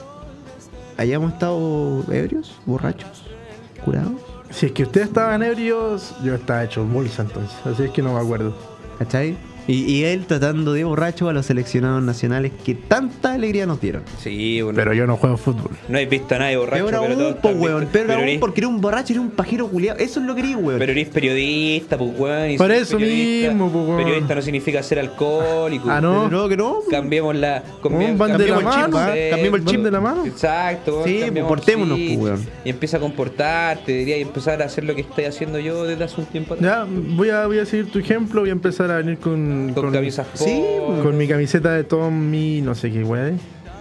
A: hayamos estado ebrios, borrachos, curados?
B: Si es que ustedes estaban ebrios, yo estaba hecho bolsa entonces. Así es que no me acuerdo.
A: ¿Cachai? Y, y él tratando de borracho a los seleccionados nacionales que tanta alegría nos dieron.
C: Sí, bueno.
B: Pero yo no juego fútbol.
C: no he visto a nadie borracho,
A: Peor
C: pero
A: aún,
C: todos
A: po,
C: están
A: pues, weón.
C: listos.
A: Peor aún
C: eres-
A: porque era un borracho, era un pajero culiado. Eso es lo que quería, weón.
C: pero eres periodista, pues, weón. y
B: Por
C: ser
B: eso
C: periodista-
B: mismo, pues, weón.
C: Periodista no significa ser alcohólico.
B: Ah, no.
A: Pero que no.
C: Cambiemos la. cambi-
B: van de
C: cambiemos
B: la mano,
C: el chip,
A: ¿eh? Cambiemos el
C: weón.
A: chip.
B: de la mano.
C: Exacto, weón,
A: Sí,
C: cambiemos
A: pues, portémonos,
C: el chip.
A: pues, weón.
C: Y empieza a comportarte, diría, y empezar a hacer lo que estoy haciendo yo desde hace un tiempo atrás.
B: Ya, voy a, voy a seguir tu ejemplo. Voy a empezar a venir con. pues,
C: Con, camisas
A: sí,
C: cortas.
B: con mi camiseta de Tommy, no sé qué, güey.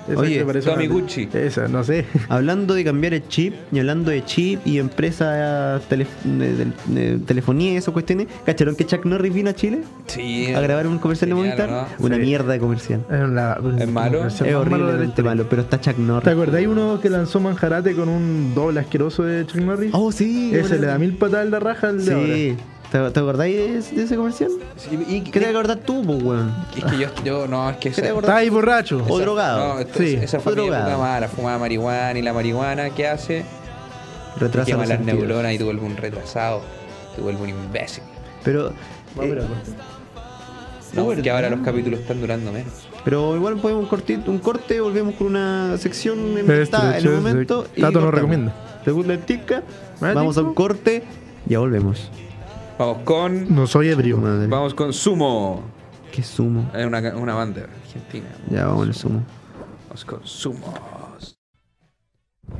B: Esa
A: Oye,
B: que parece
C: Tommy
B: una-
C: Gucci.
B: Esa, no sé.
A: Hablando de cambiar el chip y hablando de chip y empresas tele- de, de- de telefonía y esas cuestiones, ¿cacharon que Chuck Norris vino a Chile
C: Sí.
A: a grabar un comercial de
C: Genial,
A: Movistar?
C: ¿no?
A: Una
B: Sí.
A: mierda de comercial.
B: Es, la-
C: ¿Es malo?
B: Es
A: es
B: más malo de la
A: horriblemente
B: historia.
A: malo, pero está Chuck
B: ¿Te
A: Norris.
B: acordás uno que lanzó Manjarate con un doble asqueroso de Chuck Norris?
A: Oh, sí.
B: Ese
A: bueno.
B: le da mil patadas en la raja al de
A: Sí. ¿Te, te acordáis de ese, de ese comercial?
C: Sí, y-
A: ¿Qué te acordás tú, po, weón?
C: Es que yo, yo no, es que
A: ¿Qué te
C: esa,
A: acordás?
B: Está ahí borracho.
A: O
C: esa-
A: drogado.
C: No, esto-
B: Sí,
C: esa
A: o
C: fue mi
A: drogado.
C: época mala, fumaba marihuana y la marihuana ¿qué hace
A: Retrasa
C: quema
A: los
C: las
A: sentidos.
C: neuronas y te vuelve un retrasado, te vuelve un imbécil.
A: Pero,
B: No,
A: eh,
B: pero-
C: No,
A: ¿verdad?
C: porque ahora los capítulos están durando menos.
A: pero igual podemos cortir un corte, volvemos con una sección en,
B: Pero
A: está, en
B: esto,
A: el
B: yo,
A: momento.
B: Tato nos
A: cortamos.
B: recomienda. Ah,
A: Segunda tica,
B: ¿Me
A: vamos a un
B: dijo?
A: corte, ya volvemos.
C: Vamos con.
B: No soy ebrio.
A: Madre,
C: Vamos con Sumo.
A: qué sumo.
C: Es una, una banda argentina.
A: Ya vamos al sumo.
C: Vamos con Sumo.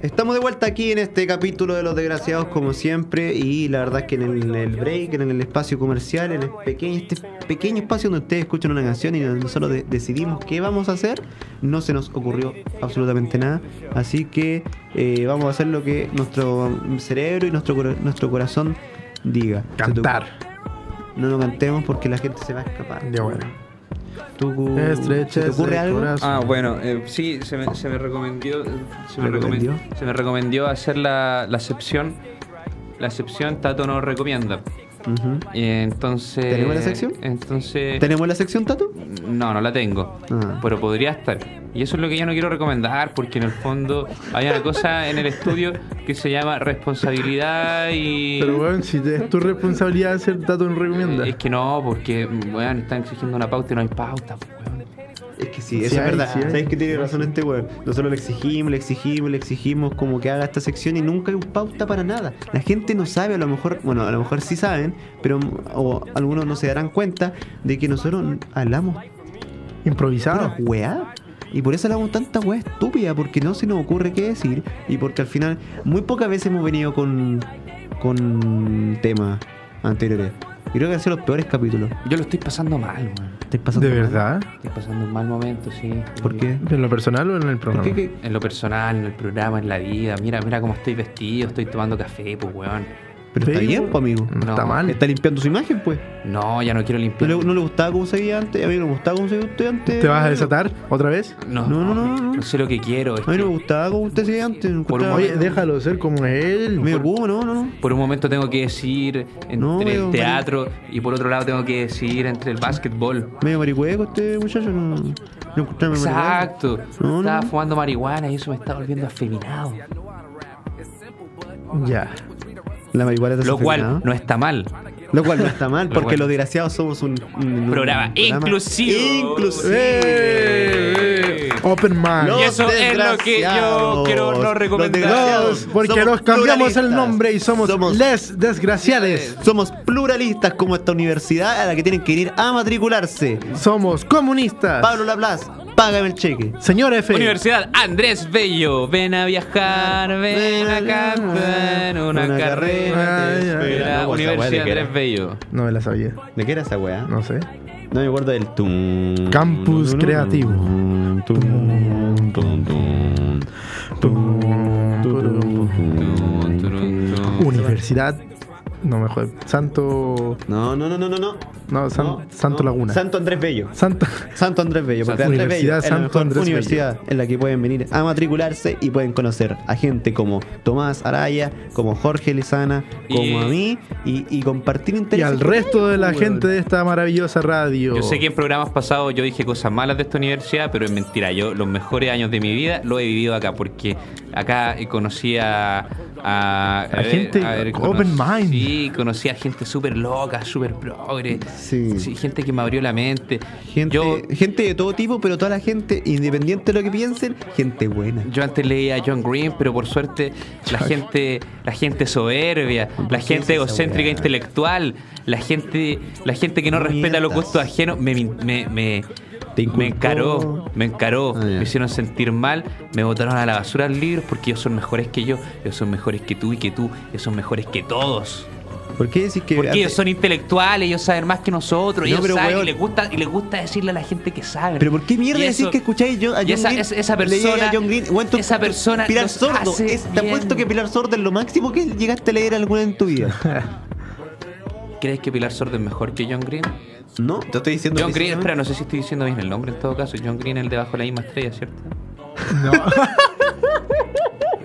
A: Estamos de vuelta aquí en este capítulo de Los Desgraciados, como siempre. Y la verdad es que en el, el break, en el espacio comercial, en el pequeño, este pequeño espacio donde ustedes escuchan una canción y donde nosotros de- decidimos qué vamos a hacer, no se nos ocurrió absolutamente nada. Así que eh, vamos a hacer lo que nuestro cerebro y nuestro, cora- nuestro corazón diga.
B: Cantar.
A: No lo cantemos porque la gente se va a escapar.
B: Ya bueno.
A: ¿Tú,
B: Estrecha
A: ¿se te ocurre
B: ese
A: algo?
B: corazón.
C: Ah, bueno, eh, sí, se me, se me recomendó. Se me,
A: ¿Recomendó?
C: recomen- se me recomendó hacer la, la sección. La sección Tato nos recomienda.
A: Ujú.
C: Y entonces.
A: ¿Tenemos la sección?
C: Entonces.
A: ¿Tenemos la sección, Tato?
C: No, no la tengo.
A: Ah.
C: Pero podría estar. Y eso es lo que yo no quiero recomendar, porque en el fondo hay una cosa en el estudio que se llama responsabilidad y.
B: Pero bueno, si te- es tu responsabilidad hacer dato no recomienda.
C: Eh, es que no, porque, bueno, están exigiendo una pauta y no hay pauta, pues, weón.
A: Es que sí,
B: Sí
A: eso es
B: hay,
A: verdad.
B: sí hay.
A: Sabéis que tiene razón este weón. Nosotros le exigimos, le exigimos, le exigimos como que haga esta sección y nunca hay un pauta para nada. La gente no sabe, a lo mejor, bueno, a lo mejor sí saben, pero o algunos no se darán cuenta de que nosotros hablamos
B: Improvisado.
A: pura weá. Y por eso hablamos tanta weá estúpida, porque no se nos ocurre qué decir y porque al final muy pocas veces hemos venido con, con temas anteriores. Y creo que han sido los peores capítulos.
C: Yo lo estoy pasando mal, weón.
A: ¿Te pasando
B: ¿De
A: mal?
B: verdad?
C: Estoy pasando un mal momento, sí.
A: ¿Por qué?
B: ¿En lo personal o en el
A: ¿Por
B: programa?
A: qué? qué?
C: En lo personal, en el programa, en la vida. Mira, mira cómo estoy vestido, estoy tomando café, pues, weón.
A: Pero está
B: Sí,
A: bien,
B: weón.
A: po, amigo.
B: No, está
C: No,
B: mal.
A: Está limpiando su imagen, pues.
C: No, ya no quiero
A: ¿No
C: limpiar.
A: le, no le gustaba cómo se veía antes? A mí no me gustaba cómo se veía usted antes.
B: ¿Te vas a desatar otra vez?
C: No,
A: No, no, no, no.
C: No sé lo que quiero. es
A: A mí no
C: que
A: me gustaba cómo usted se veía antes. me
C: Por un
A: encontraba-
B: Oye,
C: momento.
B: déjalo ser como él.
A: Me hubo, no, no, no.
C: Por un momento tengo que decir entre
A: No,
C: el
A: weón,
C: teatro y por otro lado tengo que decidir entre el básquetbol.
A: Medio marihueco este muchacho, no. No encontraba marihueco.
C: Exacto.
A: No, no,
C: Estaba
A: no.
C: fumando marihuana y eso me está volviendo afeminado.
B: Ya.
A: La marihuana está
C: Lo cual
A: asesinada.
C: no está mal.
A: ¿ah? Lo cual no está mal,
C: Lo
A: porque
C: cual.
A: los desgraciados somos un, un- un
C: Programa inclusivo.
A: Inclusivo.
C: Eh, eh.
B: Open Mind.
A: Los
C: Y eso es lo que yo quiero no
A: desgraciados.
C: recomendar.
A: Los desgraciados.
B: Dos, porque
A: Somos
B: nos cambiamos el
A: pluralistas.
B: nombre y somos, les desgraciades.
A: Somos pluralistas como esta universidad a la que tienen que ir a matricularse.
B: Somos comunistas.
A: Pablo Laplace, págame el cheque.
B: Señor F.
C: Universidad Andrés Bello, ven a viajar, ven a cantar, una,
A: Una
C: carrera
B: carrera
C: te
B: te
A: espera.
C: espera.
A: No, pues, esa weá de
C: Universidad
A: que era.
C: Andrés Bello.
B: No me la sabía.
A: ¿De qué era esa weá?
B: No sé.
A: No me acuerdo del tum.
B: Campus creativo.
A: Tum, tum, tum, tum.
C: Tum, turum, tum.
B: Universidad. No me jode. Santo.
A: No, no, no, no, no, no.
B: No, San-
A: No,
B: Santo
A: no.
B: Laguna.
A: Santo Andrés Bello.
B: Santo.
A: Santo Andrés Bello, porque
B: Santo-
A: Andrés Bello
B: Universidad
A: es la
B: Santo
A: mejor
B: Andrés
A: universidad en la que pueden venir a matricularse y pueden conocer a gente como Tomás Araya, como Jorge Lizana, como
C: Y-
A: a mí y, y compartir
B: Y
A: intereses.
B: al resto de la
A: Weón.
B: gente de esta maravillosa radio.
C: Yo sé que en programas pasados yo dije cosas malas de esta universidad, pero es mentira. Yo los mejores años de mi vida los he vivido acá, porque acá eh, conocí a... A,
B: A gente open mind.
C: Sí, conocí a gente súper loca, súper progre.
A: Sí.
C: Sí, gente que me abrió la mente.
A: Gente,
C: Yo,
A: gente de todo tipo, pero toda la gente, independiente de lo que piensen, gente buena.
C: Yo antes leía a John Green, pero por suerte la gente, la gente soberbia, la gente egocéntrica intelectual, la gente, la gente que no
A: No
C: respeta los
A: mientas.
C: gustos ajenos, me, me, me,
A: Te inculpó.
C: me encaró, me encaró,
A: Ah, ya.
C: me hicieron sentir mal, me botaron a la basura los libros porque ellos son mejores que yo, ellos son mejores que tú y que tú, ellos son mejores que todos.
A: ¿Por qué decís que.?
C: Porque
A: Eh, hace-
C: ellos son intelectuales, ellos saben más que nosotros,
A: No,
C: ellos
A: pero,
C: saben
A: weón.
C: y les gusta, y les gusta decirle a la gente que sabe.
A: ¿Pero por qué mierda
C: Y
A: decís
C: eso-
A: que escucháis yo- a John
C: y esa,
A: Green?
C: es- esa
A: Leí
C: persona.
A: a John Green. Weón, tú-
C: esa persona.
A: Pilar
C: los
A: Sordo.
C: hace
A: es- te
C: bien.
A: apuesto que Pilar Sordo es lo máximo que llegaste a leer alguna en tu vida.
C: ¿Crees que Pilar Sordo es mejor que John Green?
A: No, te estoy diciendo.
C: John
A: que-
C: Green, espera, no sé si estoy diciendo bien el nombre en todo caso. John Green, el debajo de la misma estrella, ¿cierto?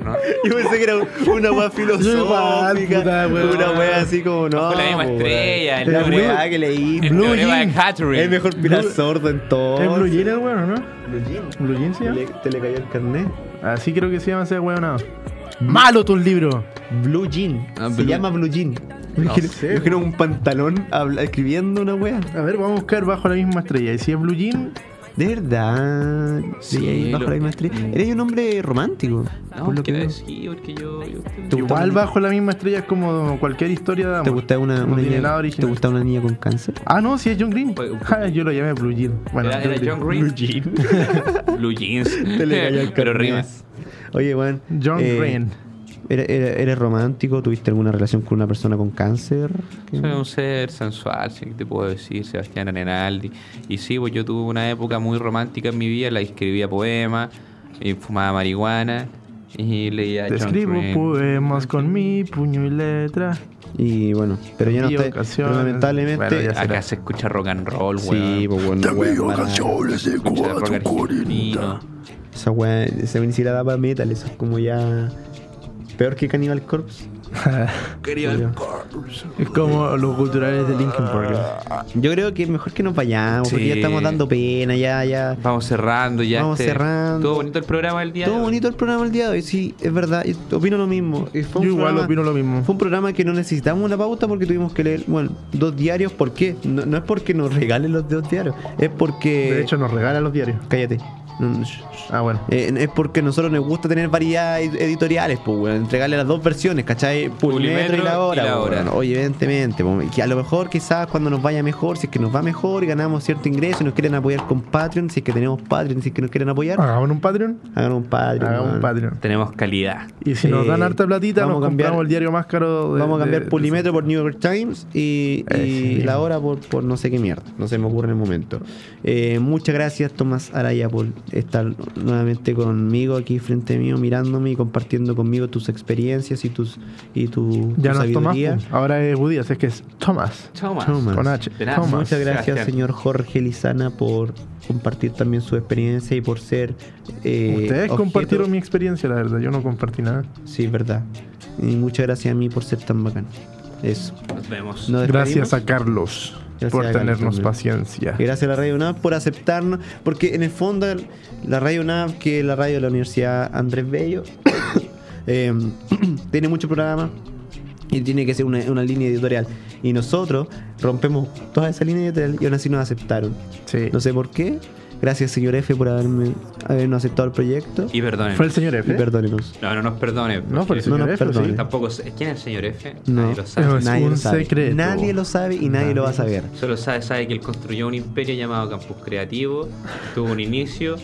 C: No.
A: Yo pensé que era una weá
B: Yo
A: filosófica,
B: igual, puta,
A: una
B: weón.
A: weá así como no.
C: Bajo la misma
A: po, weón.
C: estrella, el
A: Ah, pues, la
C: Blue-
A: weá que leí. Blue
C: El
B: Blue
C: teorema de
B: Jean.
C: Catherine.
A: Es mejor Pilar
B: Blue-
A: Sordo en todo.
B: ¿Es Blue Jean el weón, no?
A: Blue Jean.
B: ¿Blue Jean se
A: Te
B: llama?
A: Oh, le, te le cayó el carnet.
B: Así creo que se llama ese weonado. Malo tus libros.
A: Blue Jean.
C: Ah,
A: Se
C: Blue-
A: llama Blue Jean.
B: No
A: Imagina-
B: sé,
A: imagina un pantalón habla- escribiendo una weá.
B: A ver, vamos a buscar bajo la misma estrella. Y si es Blue Jean,
A: De verdad.
C: Sí,
A: Sí, ahí bajo
C: lo-
A: la misma estrella. Eres un hombre romántico.
C: No,
A: por lo
C: porque
A: que veo.
C: sí, porque yo. yo-
A: ¿Te gusta
B: igual
A: una-
B: bajo la misma estrella es como cualquier historia de amor.
A: ¿Te gusta una,
B: No
A: una
B: tiene nada
A: niña? ¿Te
B: original.
A: gusta una niña con cáncer?
B: Ah, no, si es John Green.
C: Pues-
B: Ja, Yo lo llamé Blue Jean. Bueno,
C: era, era John Green.
A: Jean.
C: Blue Jeans.
A: Te le cayó el
C: Pero
A: carnet.
C: rimas.
A: Oye, Juan.
B: John
A: eh,
B: Green.
A: ¿eres, eres- eres romántico? ¿Tuviste alguna relación con una persona con cáncer?
C: Soy un ser sensual, sí, te puedo decir, Sebastián Arenaldi. Y sí, pues yo tuve una época muy romántica en mi vida, la escribía poemas, y fumaba marihuana y leía
B: Te
C: John
B: escribo
C: Green.
B: poemas con mi puño y letra.
A: Y bueno, pero ya no
B: Envío
A: está.
B: canciones.
A: pero lamentablemente.
B: Bueno, ya
C: Acá se escucha rock and roll, weón.
A: sí, pues bueno. weón, mala-
C: Se escucha rock argentino.
A: Esa weá, esa ni siquiera daba metal, eso es como ya. Peor que Cannibal Corpse. Cannibal
B: Es como los culturales de Linkin Park.
A: Yo creo que mejor que nos vayamos, porque
C: Sí.
A: ya estamos dando pena, ya, ya.
C: Vamos cerrando ya.
A: Vamos cerrando.
C: Todo bonito el programa del día. de
A: Todo
C: hoy.
A: bonito el programa el día de hoy, sí, es verdad, yo opino lo mismo. Y fue un
B: Yo igual
A: programa-
B: opino lo mismo.
A: Fue un programa que no necesitamos una pauta porque tuvimos que leer, bueno, dos diarios, ¿por qué? No, no es porque nos regalen los dos diarios, es porque...
B: De hecho, nos regala los diarios.
A: Cállate. No, no, sh- sh-
B: Ah, bueno.
A: Eh, es porque nosotros nos gusta tener variedad ed- editoriales, pues, weón. Entregarle las dos versiones, ¿cachai? Pulmetro y la hora,
C: y La
A: pues,
C: Hora.
A: weón. Oye, evidentemente, pues, que a lo mejor quizás cuando nos vaya mejor, si es que nos va mejor y ganamos cierto ingreso y nos quieren apoyar con Patreon, si es que tenemos Patreon, si es que nos quieren apoyar,
B: Hagamos un Patreon.
A: hagan un Patreon.
B: Ah. Hagamos un
A: weón.
B: Patreon.
C: Tenemos calidad.
B: Y si nos
A: Eh,
B: dan harta platita,
A: vamos
B: nos
A: a cambiar-
B: compramos el diario más caro de.
A: Vamos a cambiar
B: de-
A: Pulimetro por New York Times y,
B: Eh,
A: y
B: sí.
A: la hora por, por no sé qué mierda. No se me ocurre en el momento. Eh, muchas gracias, Tomás Araya, por estar nuevamente conmigo aquí frente mío, mirándome y compartiendo conmigo tus experiencias y tus y tu, tu
B: Ya no es Tomás.
A: sabiduría.
B: pues. Ahora es Woody, así es que es Thomas.
C: Chao, más.
A: Tomás.
B: Con H.
C: De nada.
B: Thomas.
A: Muchas gracias,
C: Sebastián.
A: señor Jorge Lizana, por compartir también su experiencia y por ser. eh,
B: Ustedes
A: objeto-
B: compartieron mi experiencia, la verdad. Yo no compartí nada.
A: Sí, es verdad. Y muchas gracias a mí por ser tan bacán. Eso.
C: Nos vemos.
A: Nos despedimos.
B: Gracias a Carlos
A: Gracias
B: por
A: a Carlos
B: tenernos
A: también.
B: paciencia.
A: Y Gracias a la Radio UNAV por aceptarnos, porque en el fondo el- la Radio UNAV, que es la radio de la Universidad Andrés Bello, eh, tiene muchos programas y tiene que ser una, una línea editorial. Y nosotros rompemos toda esa línea editorial y aún así nos aceptaron. Eh,
B: Sí.
A: No sé por qué, Gracias, señor F, por haberme, habernos aceptado el proyecto. Y,
C: Y perdonen.
B: Fue el señor F.
A: perdónenos.
C: No, no nos perdonen.
B: No, fue
C: porque
B: el señor
A: no,
B: F.
A: perdón.
B: sí.
C: Tampoco sé. ¿Quién es el señor F?
A: No.
C: Nadie lo sabe.
B: No, es
A: nadie
B: un
A: lo sabe.
B: secreto.
A: Nadie lo sabe y nadie lo va a saber.
C: Solo sabe, sabe que él construyó un imperio llamado Campus Creativo, tuvo un inicio,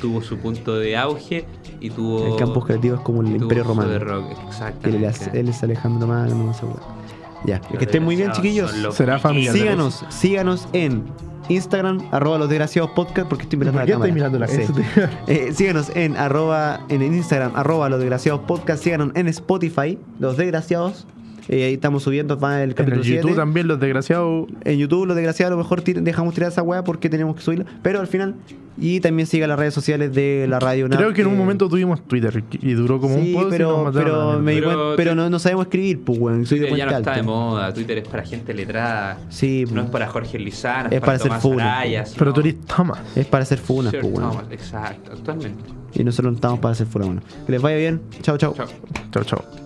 C: tuvo su punto de auge y tuvo.
A: El Campus Creativo es como el
C: y tuvo
A: Imperio
C: su
A: Romano.
C: de rock,
A: Que él,
C: Exactamente.
A: es- él es Alejandro Magno, no sé, weón. Ya, que estén muy bien,
C: Los
A: chiquillos.
C: desgraciados son los
B: Será familiar.
C: piquis.
A: Síganos, síganos en Instagram, arroba los desgraciados podcast, porque estoy mirando
B: ¿Por
A: la
B: qué
A: cámara.
B: estoy mirando la
A: Sí.
B: gente?
A: Eh, síganos en arroba en el Instagram, arroba los desgraciados podcast, síganos en Spotify, los desgraciados. Eh, ahí estamos subiendo, va el
B: En
A: capítulo
B: el
A: 7.
B: YouTube también, los desgraciados.
A: En YouTube, los desgraciados, a lo mejor tir- dejamos tirar esa weá porque tenemos que subirla. Pero al final, y también siga las redes sociales de la radio. eh, Nap,
B: Creo que en un momento tuvimos Twitter y duró como
A: sí,
B: un poco.
A: pero, pero, me di
C: Pero
A: cuenta- pero
C: te-
A: no, no sabemos escribir, pues, weón. Soy de
C: Twitter ya no
A: Puente
C: está de
A: Alto.
C: moda. Twitter es para gente letrada.
A: Sí, pues.
C: No es para Jorge Lizana,
A: Mm. Es para hacer
C: Tomás
A: funa.
C: Araya, sino-
B: Pero tú eres Thomas.
A: es para hacer funas,
C: Sir
A: pues, weón.
C: Thomas, Exacto, actualmente.
A: Y nosotros no estamos para hacer funas, bueno. Que les vaya bien. chao.
C: Chao.
B: Chao, chao.